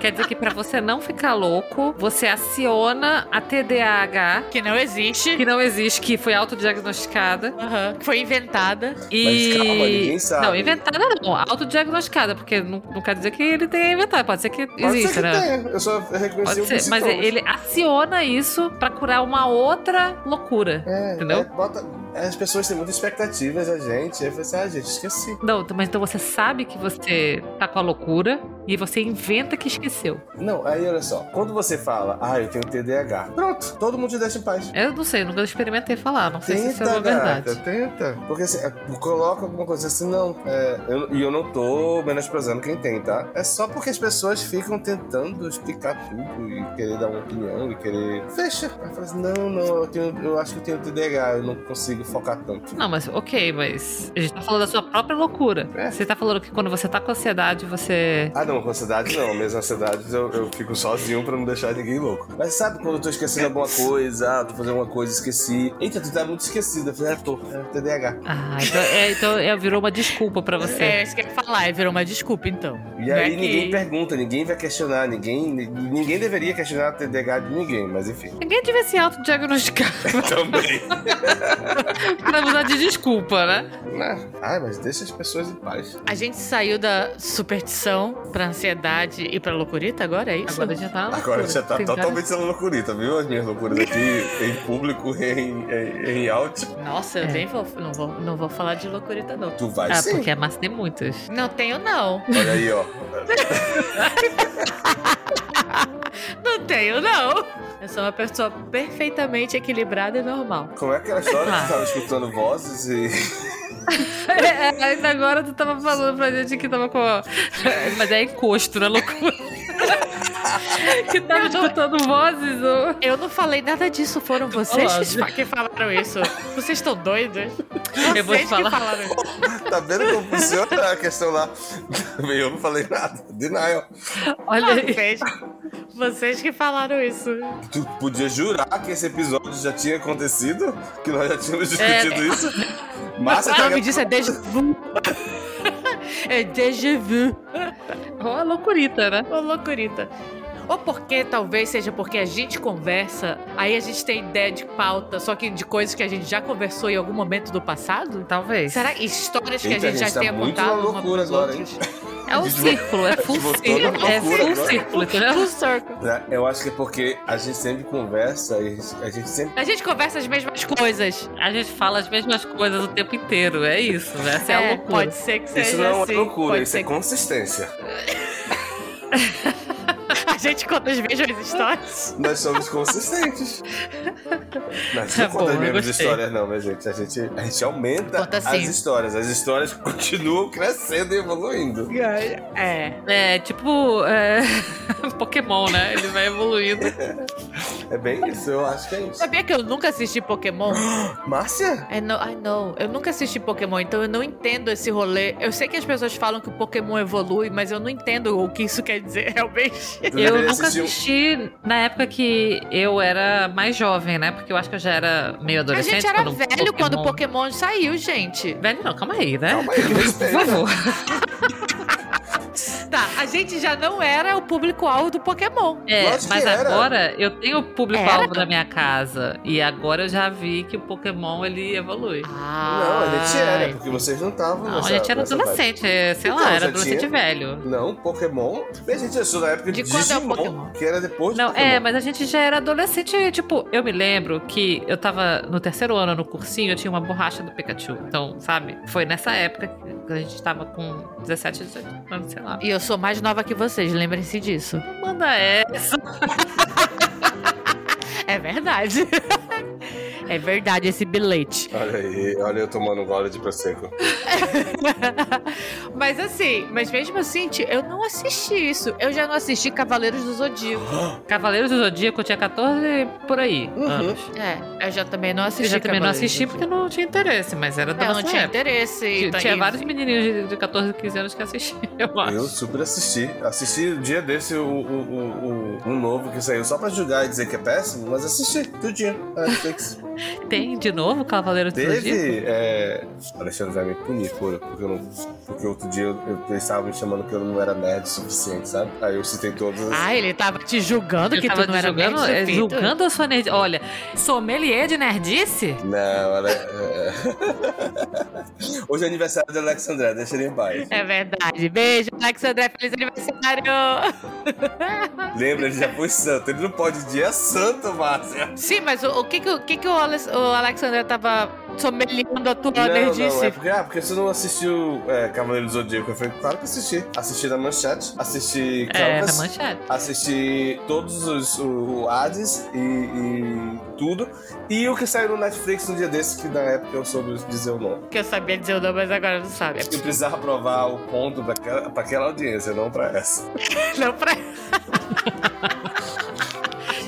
Speaker 3: Quer dizer que pra você não ficar louco, você aciona a TDAH,
Speaker 1: Que não existe.
Speaker 3: que não existe, que foi autodiagnosticada.
Speaker 1: Aham. Foi inventada.
Speaker 3: E.
Speaker 2: calma, ninguém sabe.
Speaker 3: Não, inventada não, autodiagnosticada, porque não, não quer dizer que ele tenha inventado, pode ser que
Speaker 2: Pode
Speaker 3: exista,
Speaker 2: ser que
Speaker 3: né?
Speaker 2: tenha, Eu só reconheci
Speaker 3: Pode
Speaker 2: alguns
Speaker 3: ser, mas
Speaker 2: sintomas.
Speaker 3: ele aciona isso pra curar uma outra loucura.
Speaker 2: É,
Speaker 3: Entendeu?
Speaker 2: é, bota- as pessoas têm muitas expectativas a gente. Aí eu falei assim, ah, gente, esqueci.
Speaker 3: Não, mas então você sabe que você tá com a loucura e você inventa que esqueceu.
Speaker 2: Não, aí olha só. Quando você fala, ah, eu tenho TDAH, pronto, todo mundo te deixa em paz.
Speaker 3: Eu não sei, nunca experimentei falar, não sei se isso é
Speaker 2: Tenta,
Speaker 3: verdade.
Speaker 2: gata, tenta. Porque assim, é, coloca alguma coisa assim, não. é, eu- e eu não tô menosprezando quem tem, tá? É só porque as pessoas ficam tentando explicar tudo e querer dar uma opinião e querer. Fecha. Aí fala assim, não, não, eu, tenho, eu acho que eu tenho TDAH, eu não consigo focar tanto.
Speaker 3: Não, mas ok, mas a gente tá falando da sua própria loucura.
Speaker 2: É.
Speaker 3: Você tá falando que quando você tá com ansiedade, você.
Speaker 2: Ah, não, com ansiedade não. Mesmo ansiedade eu, eu fico sozinho pra não deixar ninguém louco. Mas sabe quando eu tô esquecendo alguma coisa, ah, tô fazendo alguma coisa, esqueci. Eita, tu tá muito esquecida. Eu falei, ah, tô, é TDAH.
Speaker 3: Ah, então, é, então é, virou uma desculpa pra você.
Speaker 1: É, isso que eu ia falar. e Virou uma desculpa, então.
Speaker 2: E
Speaker 1: Não é
Speaker 2: aí
Speaker 1: que-
Speaker 2: ninguém pergunta, ninguém vai questionar, ninguém, ni- ninguém deveria questionar a TDAH de ninguém, mas
Speaker 3: [laughs]
Speaker 2: enfim.
Speaker 3: Ninguém devia se autodiagnosticar [laughs]
Speaker 2: Também.
Speaker 3: pra usar de desculpa, né?
Speaker 2: Né? Ai, mas deixa as pessoas em paz.
Speaker 1: A gente saiu da superstição pra ansiedade e pra loucurita agora, é isso?
Speaker 3: Agora a gente tá. na
Speaker 2: Agora
Speaker 3: loucura.
Speaker 2: já tá
Speaker 3: Tem cara-
Speaker 2: totalmente sendo loucurita, viu? As minhas loucuras aqui [laughs] em público, em, em, em áudio.
Speaker 1: Nossa, eu
Speaker 3: É.
Speaker 1: nem vou não, vou. não vou falar de loucurita, não.
Speaker 2: Tu vai
Speaker 3: Ah,
Speaker 2: sim.
Speaker 3: porque a massa tem muitas.
Speaker 1: Não tenho, não.
Speaker 2: Olha aí, ó.
Speaker 1: Não tenho, não. Eu sou uma pessoa perfeitamente equilibrada e normal.
Speaker 2: Como é aquela história que tu tava escutando vozes e.
Speaker 3: [laughs] É, ainda agora tu tava falando pra gente que tava com. [laughs] Mas é encosto, né, loucura? [laughs] que tava escutando vozes. Ou...
Speaker 1: Eu não falei nada disso, foram vocês que fa- que falaram isso. Vocês estão doidos? Vocês
Speaker 3: Eu vou te falar.
Speaker 1: que falaram isso.
Speaker 2: Tá vendo como funciona a questão lá? Eu não falei nada. Denial.
Speaker 3: Olha aí.
Speaker 1: Vocês, vocês que falaram isso.
Speaker 2: Tu podia jurar que esse episódio já tinha acontecido? Que nós já tínhamos
Speaker 3: É.
Speaker 2: discutido
Speaker 3: [laughs]
Speaker 2: isso?
Speaker 1: o
Speaker 2: Márcia tá
Speaker 1: nome disso é déjà vu. [laughs] é déjà vu.
Speaker 3: Ó, a loucurita, né?
Speaker 1: Ô, loucurita. Ou porque talvez seja porque a gente conversa, aí a gente tem ideia de pauta, só que de coisas que a gente já conversou em algum momento do passado?
Speaker 3: Talvez.
Speaker 1: Será que histórias que a
Speaker 2: Eita,
Speaker 1: gente
Speaker 2: a
Speaker 1: já
Speaker 2: gente tá
Speaker 1: tenha
Speaker 2: muito
Speaker 1: contado
Speaker 2: na
Speaker 1: uma
Speaker 2: loucura
Speaker 1: pros
Speaker 2: agora, hein?
Speaker 1: outros?
Speaker 3: É um
Speaker 2: Desbloqueou-
Speaker 3: círculo, é full
Speaker 2: desbloqueou
Speaker 3: círculo.
Speaker 2: na
Speaker 3: É
Speaker 2: loucura
Speaker 3: full
Speaker 2: agora.
Speaker 3: círculo, entendeu?
Speaker 1: Full circle.
Speaker 2: Né? Eu acho que é porque a gente sempre conversa e a gente sempre.
Speaker 1: A gente conversa as mesmas coisas.
Speaker 3: A gente fala as mesmas coisas o tempo inteiro, é isso. né? Essa é, a loucura.
Speaker 1: pode ser que seja
Speaker 2: Isso não
Speaker 1: assim.
Speaker 2: é loucura,
Speaker 1: pode
Speaker 2: isso
Speaker 1: ser
Speaker 2: é consistência.
Speaker 1: que [laughs] a gente conta as mesmas histórias.
Speaker 2: Nós somos
Speaker 3: [laughs]
Speaker 2: consistentes. Nós
Speaker 3: Tá
Speaker 2: não contamos
Speaker 3: bom, eu
Speaker 2: as mesmas
Speaker 3: gostei.
Speaker 2: histórias, não, minha gente. A gente, a gente aumenta
Speaker 1: Conta
Speaker 2: as
Speaker 1: sim.
Speaker 2: histórias. As histórias [laughs] continuam crescendo e evoluindo.
Speaker 1: É.
Speaker 3: É tipo é... [laughs] Pokémon, né? Ele vai evoluindo.
Speaker 2: É bem isso, eu acho que é isso.
Speaker 1: Sabia que eu nunca assisti Pokémon?
Speaker 2: Márcia?
Speaker 1: I know, I know. Eu nunca assisti Pokémon, então eu não entendo esse rolê. Eu sei que as pessoas falam que o Pokémon evolui, mas eu não entendo o que isso quer dizer [laughs] realmente.
Speaker 2: tu
Speaker 3: Eu
Speaker 2: deveria
Speaker 3: nunca
Speaker 2: assistir um-
Speaker 3: assisti na época que eu era mais jovem, né? Porque eu acho que eu já era meio
Speaker 1: A
Speaker 3: adolescente.
Speaker 1: gente era
Speaker 3: quando um o
Speaker 1: velho quando o Pokémon saiu, gente.
Speaker 3: Velho não, calma aí, né?
Speaker 2: Calma aí,
Speaker 3: Por
Speaker 2: respeita.
Speaker 3: favor.
Speaker 1: Tá, a gente já não era o público-alvo do Pokémon.
Speaker 3: É,
Speaker 2: Lógico que
Speaker 3: mas
Speaker 2: era.
Speaker 3: agora eu tenho o público-alvo da minha casa. E agora eu já vi que o Pokémon ele evolui.
Speaker 2: Não,
Speaker 1: Ah,
Speaker 2: a gente era, porque vocês não estavam
Speaker 3: Não,
Speaker 2: nessa.
Speaker 3: a gente era
Speaker 2: nessa
Speaker 3: adolescente, é, sei
Speaker 2: Então,
Speaker 3: lá, era
Speaker 2: já
Speaker 3: adolescente
Speaker 2: tinha.
Speaker 3: velho.
Speaker 2: vibe. Não, Pokémon. Bem, gente, eu sou da época de,
Speaker 1: De quando é o
Speaker 2: Digimon,
Speaker 1: Pokémon?
Speaker 2: que era depois
Speaker 3: Não,
Speaker 2: do Pokémon.
Speaker 3: é, mas a gente já era adolescente, e, tipo, eu me lembro que eu tava no terceiro ano no cursinho, eu tinha uma borracha do Pikachu. Então, sabe, foi nessa época que a gente tava com 17, 18 anos, sei lá.
Speaker 1: E eu sou mais nova que vocês, lembrem-se disso.
Speaker 3: Não é manda essa.
Speaker 1: [laughs] É verdade.
Speaker 3: É verdade esse bilhete.
Speaker 2: Olha aí, olha eu tomando um gole de
Speaker 3: [gasps]
Speaker 2: prosecco.
Speaker 1: [laughs] mas assim, mas mesmo assim, tia, eu não assisti isso. Eu já não assisti Cavaleiros do Zodíaco.
Speaker 3: Cavaleiros do Zodíaco eu tinha 14 por aí.
Speaker 2: Uhum.
Speaker 3: anos.
Speaker 1: É, eu já também não assisti.
Speaker 3: Eu já também não
Speaker 1: Cavaleiros do
Speaker 3: assisti porque
Speaker 1: Zodíaco.
Speaker 3: não tinha interesse, mas era da
Speaker 1: É,
Speaker 3: nossa
Speaker 1: não tinha
Speaker 3: época.
Speaker 1: interesse. e tá-
Speaker 3: Tinha
Speaker 1: e-
Speaker 3: vários menininhos de- de 14, 15 anos que assistiam, [laughs] eu acho.
Speaker 2: Eu super assisti. Assisti o dia desse o, o, o, o- um novo que saiu só pra julgar e dizer que é péssimo, mas assisti tudinho.
Speaker 3: [laughs]
Speaker 2: na Netflix.
Speaker 3: Tem de novo Cavaleiros do Zodíaco?
Speaker 2: Teve. É... O Alexandre vai me punir, por, porque eu não. Porque outro dia eu, eu, eles estavam me chamando que eu não era nerd o suficiente, sabe? Aí eu citei todos.
Speaker 1: Ah, ele tava te julgando
Speaker 3: Eu
Speaker 1: que
Speaker 3: tava
Speaker 1: tu não era
Speaker 3: julgando,
Speaker 1: nerd,
Speaker 3: é,
Speaker 1: Fito?
Speaker 3: julgando a sua nerd. Olha, sommelier de nerdice?
Speaker 2: Não, era. é. [laughs] Hoje é aniversário do Alexandre, deixa ele em paz.
Speaker 1: É verdade. Beijo, Alexandre. Feliz aniversário!
Speaker 2: Lembra, ele já foi santo. Ele não pode dia é santo, Márcia.
Speaker 1: Sim, mas o, o que, que, o, que que o Alex- o Alexandre tava somelhando a tua
Speaker 2: Não,
Speaker 1: nerdice?
Speaker 2: não, é porque, ah, porque você não assistiu é, Cavaleiro do Zodíaco. Eu falei, claro que assisti. Assisti na Manchete, assisti
Speaker 3: É, na
Speaker 2: Canvas,
Speaker 3: manchete.
Speaker 2: assisti todos os o, o Hades e, e tudo. E o que saiu no Netflix no dia desse, que na época eu soube dizer o nome.
Speaker 1: Que eu sabia dizer o nome, mas agora não sabe.
Speaker 2: Eu precisava provar o ponto pra aquela, pra aquela audiência, não pra essa.
Speaker 1: [laughs] Não, pra...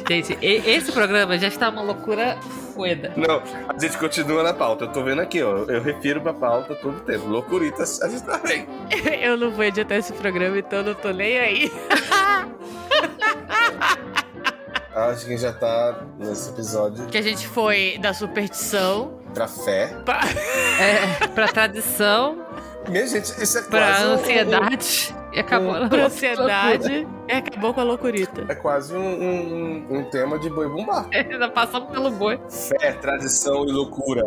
Speaker 3: Gente, e- esse programa já está uma loucura foda.
Speaker 2: Não, a gente continua na pauta. Eu tô vendo aqui, ó. Eu refiro pra pauta todo tempo. Loucuritas, a gente tá bem.
Speaker 1: Eu não vou editar esse programa, então eu não tô nem aí.
Speaker 2: Acho que já tá nesse episódio
Speaker 1: [laughs] Que a gente foi da superstição
Speaker 2: pra fé.
Speaker 1: pra...
Speaker 3: É, pra tradição,
Speaker 2: Minha gente, isso é
Speaker 3: pra
Speaker 2: quase. um-
Speaker 3: ansiedade. E acabou. na
Speaker 1: pra
Speaker 3: loucura.
Speaker 1: ansiedade e acabou com a loucurita.
Speaker 2: É quase um, um- um tema de boi bumbá.
Speaker 3: [laughs] Ainda passamos pelo boi.
Speaker 2: Fé, tradição e loucura.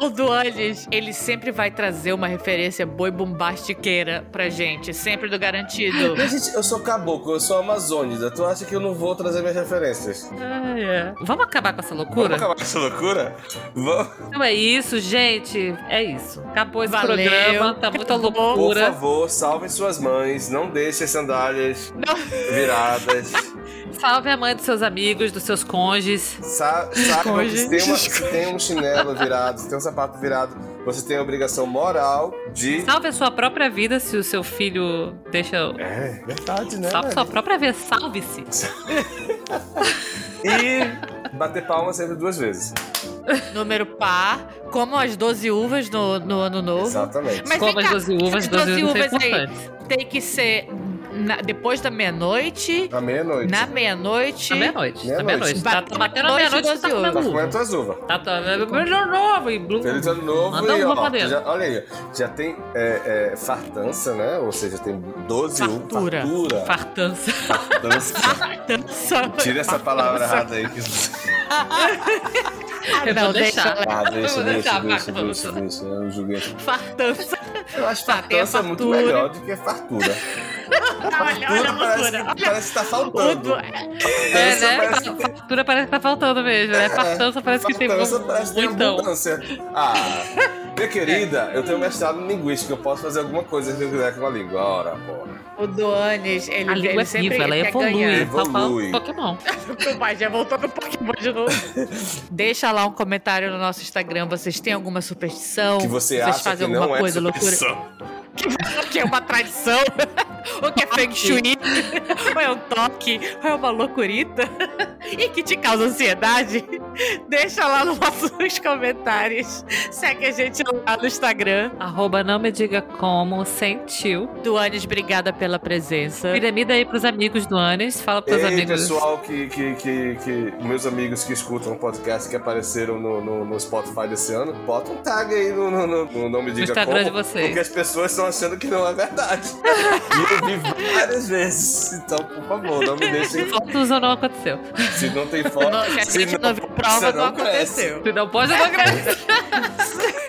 Speaker 1: O Duandes, ele sempre vai trazer uma referência boi bombastiqueira pra gente, sempre do garantido. [laughs]
Speaker 2: Minha gente, eu sou caboclo, eu sou amazônida. Tu acha que eu não vou trazer minhas referências?
Speaker 3: Ah, é. Vamos acabar com essa
Speaker 2: Vamos
Speaker 3: loucura?
Speaker 2: acabar com essa loucura? Vamos.
Speaker 3: Então é isso, gente. É isso. Acabou esse
Speaker 1: Valeu.
Speaker 3: programa. Tá muita
Speaker 1: Acabou.
Speaker 2: Por
Speaker 3: loucura.
Speaker 2: favor, salvem suas mães. Não deixem as sandálias viradas.
Speaker 3: [laughs] Salve a mãe dos seus amigos, dos seus cônjuges.
Speaker 2: Sa saibam que se tem,
Speaker 3: [laughs]
Speaker 2: uma-
Speaker 1: Desculpa.
Speaker 2: se tem um chinelo virado, se tem um sapato virado, você tem a obrigação moral de.
Speaker 3: Salve a sua própria vida se o seu filho deixa.
Speaker 2: É, verdade, né?
Speaker 3: Salve
Speaker 2: velho?
Speaker 3: sua própria vida, salve-se.
Speaker 2: E bater palma sempre duas vezes.
Speaker 1: Número par, como as 12 uvas no, no ano
Speaker 3: Uhum.
Speaker 1: novo.
Speaker 2: Exatamente.
Speaker 1: Mas
Speaker 3: Como
Speaker 1: vem
Speaker 3: as
Speaker 1: cá,
Speaker 3: 12 uvas,
Speaker 1: essas
Speaker 3: 12 uvas é são
Speaker 1: uvas aí.
Speaker 3: importantes.
Speaker 1: Tem que ser na- depois da meia-noite,
Speaker 2: À meia-noite.
Speaker 1: na meia-noite.
Speaker 3: Tá meia-noite. Tá
Speaker 2: Meia-noite.
Speaker 3: meia-noite. Tá, tá batendo a meia-noite
Speaker 1: Meia-noite,
Speaker 3: tá
Speaker 1: 12
Speaker 3: comendo
Speaker 2: Tá
Speaker 3: uva.
Speaker 2: comendo tuas uvas.
Speaker 3: Tá tomando melhor novo e blum.
Speaker 2: Feliz ano novo
Speaker 3: Manda
Speaker 2: e
Speaker 3: uva
Speaker 2: ó,
Speaker 3: pra dentro.
Speaker 2: já- olha aí, já tem é, é, fartança, né? Ou seja, tem 12 uvas.
Speaker 1: Fartura.
Speaker 2: Fartura.
Speaker 3: Fartança.
Speaker 2: Fartança.
Speaker 1: Dança.
Speaker 2: Tira essa palavra
Speaker 1: Fartança.
Speaker 2: errada aí. Que...
Speaker 3: Eu
Speaker 1: Não,
Speaker 3: vou
Speaker 1: deixa
Speaker 3: deixar.
Speaker 2: Ah, deixa, deixa,
Speaker 3: Vou deixar
Speaker 2: deixa,
Speaker 3: fartura.
Speaker 2: deixa, deixa. Eu julguei.
Speaker 1: Fartança.
Speaker 2: Eu acho
Speaker 1: Tá, tem a
Speaker 2: fartança muito
Speaker 1: fartura.
Speaker 2: melhor do que fartura.
Speaker 1: Olha, olha
Speaker 2: Fartura
Speaker 1: a
Speaker 2: parece,
Speaker 1: loucura. né,
Speaker 2: que- parece que tá
Speaker 1: O
Speaker 2: faltando.
Speaker 1: Du-
Speaker 3: É,
Speaker 2: Fartança
Speaker 3: né?
Speaker 2: parece que tem-
Speaker 3: Fartura parece que tá faltando mesmo, né? Fartança parece que tem
Speaker 2: Fartança parece que tem
Speaker 3: muitão.
Speaker 2: abundância. Ah, minha querida, eu tenho mestrado em linguística, eu posso fazer alguma coisa se eu quiser com a língua. Ora, bora.
Speaker 1: O Duanes, ele,
Speaker 3: A língua
Speaker 1: ele
Speaker 3: é
Speaker 1: sempre
Speaker 3: viva, ela
Speaker 1: quer ganhar.
Speaker 3: evolui. Só
Speaker 2: Evolui.
Speaker 3: fala Pokémon.
Speaker 1: Meu pai já voltou no Pokémon de novo. [laughs] Deixa lá um comentário no nosso Instagram. Vocês têm alguma superstição?
Speaker 2: Que você
Speaker 1: Vocês
Speaker 2: acha
Speaker 1: fazem
Speaker 2: que
Speaker 1: alguma
Speaker 2: não
Speaker 1: coisa
Speaker 2: é
Speaker 1: loucura?
Speaker 2: superstição.
Speaker 1: [laughs] O que é uma tradição? [laughs] o que é feng shui? [laughs] Ou é um toque? Ou é uma loucurita? [laughs] e que te causa ansiedade? [laughs] Deixa lá [laughs] nos nossos comentários. Segue a gente lá no Instagram.
Speaker 3: Arroba não me diga como sentiu.
Speaker 1: Duanes, obrigada pela presença.
Speaker 3: Piramida aí pros amigos do Anis. Fala pros
Speaker 2: Ei,
Speaker 3: amigos.
Speaker 2: pessoal, que, que, que, que- meus amigos que escutam o podcast que apareceram no, no, no Spotify desse ano, bota um tag aí no, no, no, no Não Me Diga Como,
Speaker 3: Instagram de vocês.
Speaker 2: porque as pessoas estão achando que não é verdade. [laughs] e eu vi várias vezes. Então, por favor, não me deixem...
Speaker 3: Fotos ou não aconteceu.
Speaker 2: Se não tem foto...
Speaker 1: Não, se a
Speaker 2: se
Speaker 1: gente não viu prova,
Speaker 2: você
Speaker 1: não
Speaker 2: não cresce.
Speaker 1: aconteceu.
Speaker 3: Se não pode, eu não acredito.
Speaker 1: [laughs]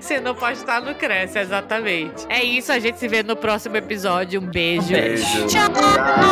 Speaker 1: Você não pode estar no Cresce, exatamente. É isso, a gente se vê no próximo episódio. Um beijo.
Speaker 2: Beijo.
Speaker 1: Tchau.
Speaker 2: Tchau.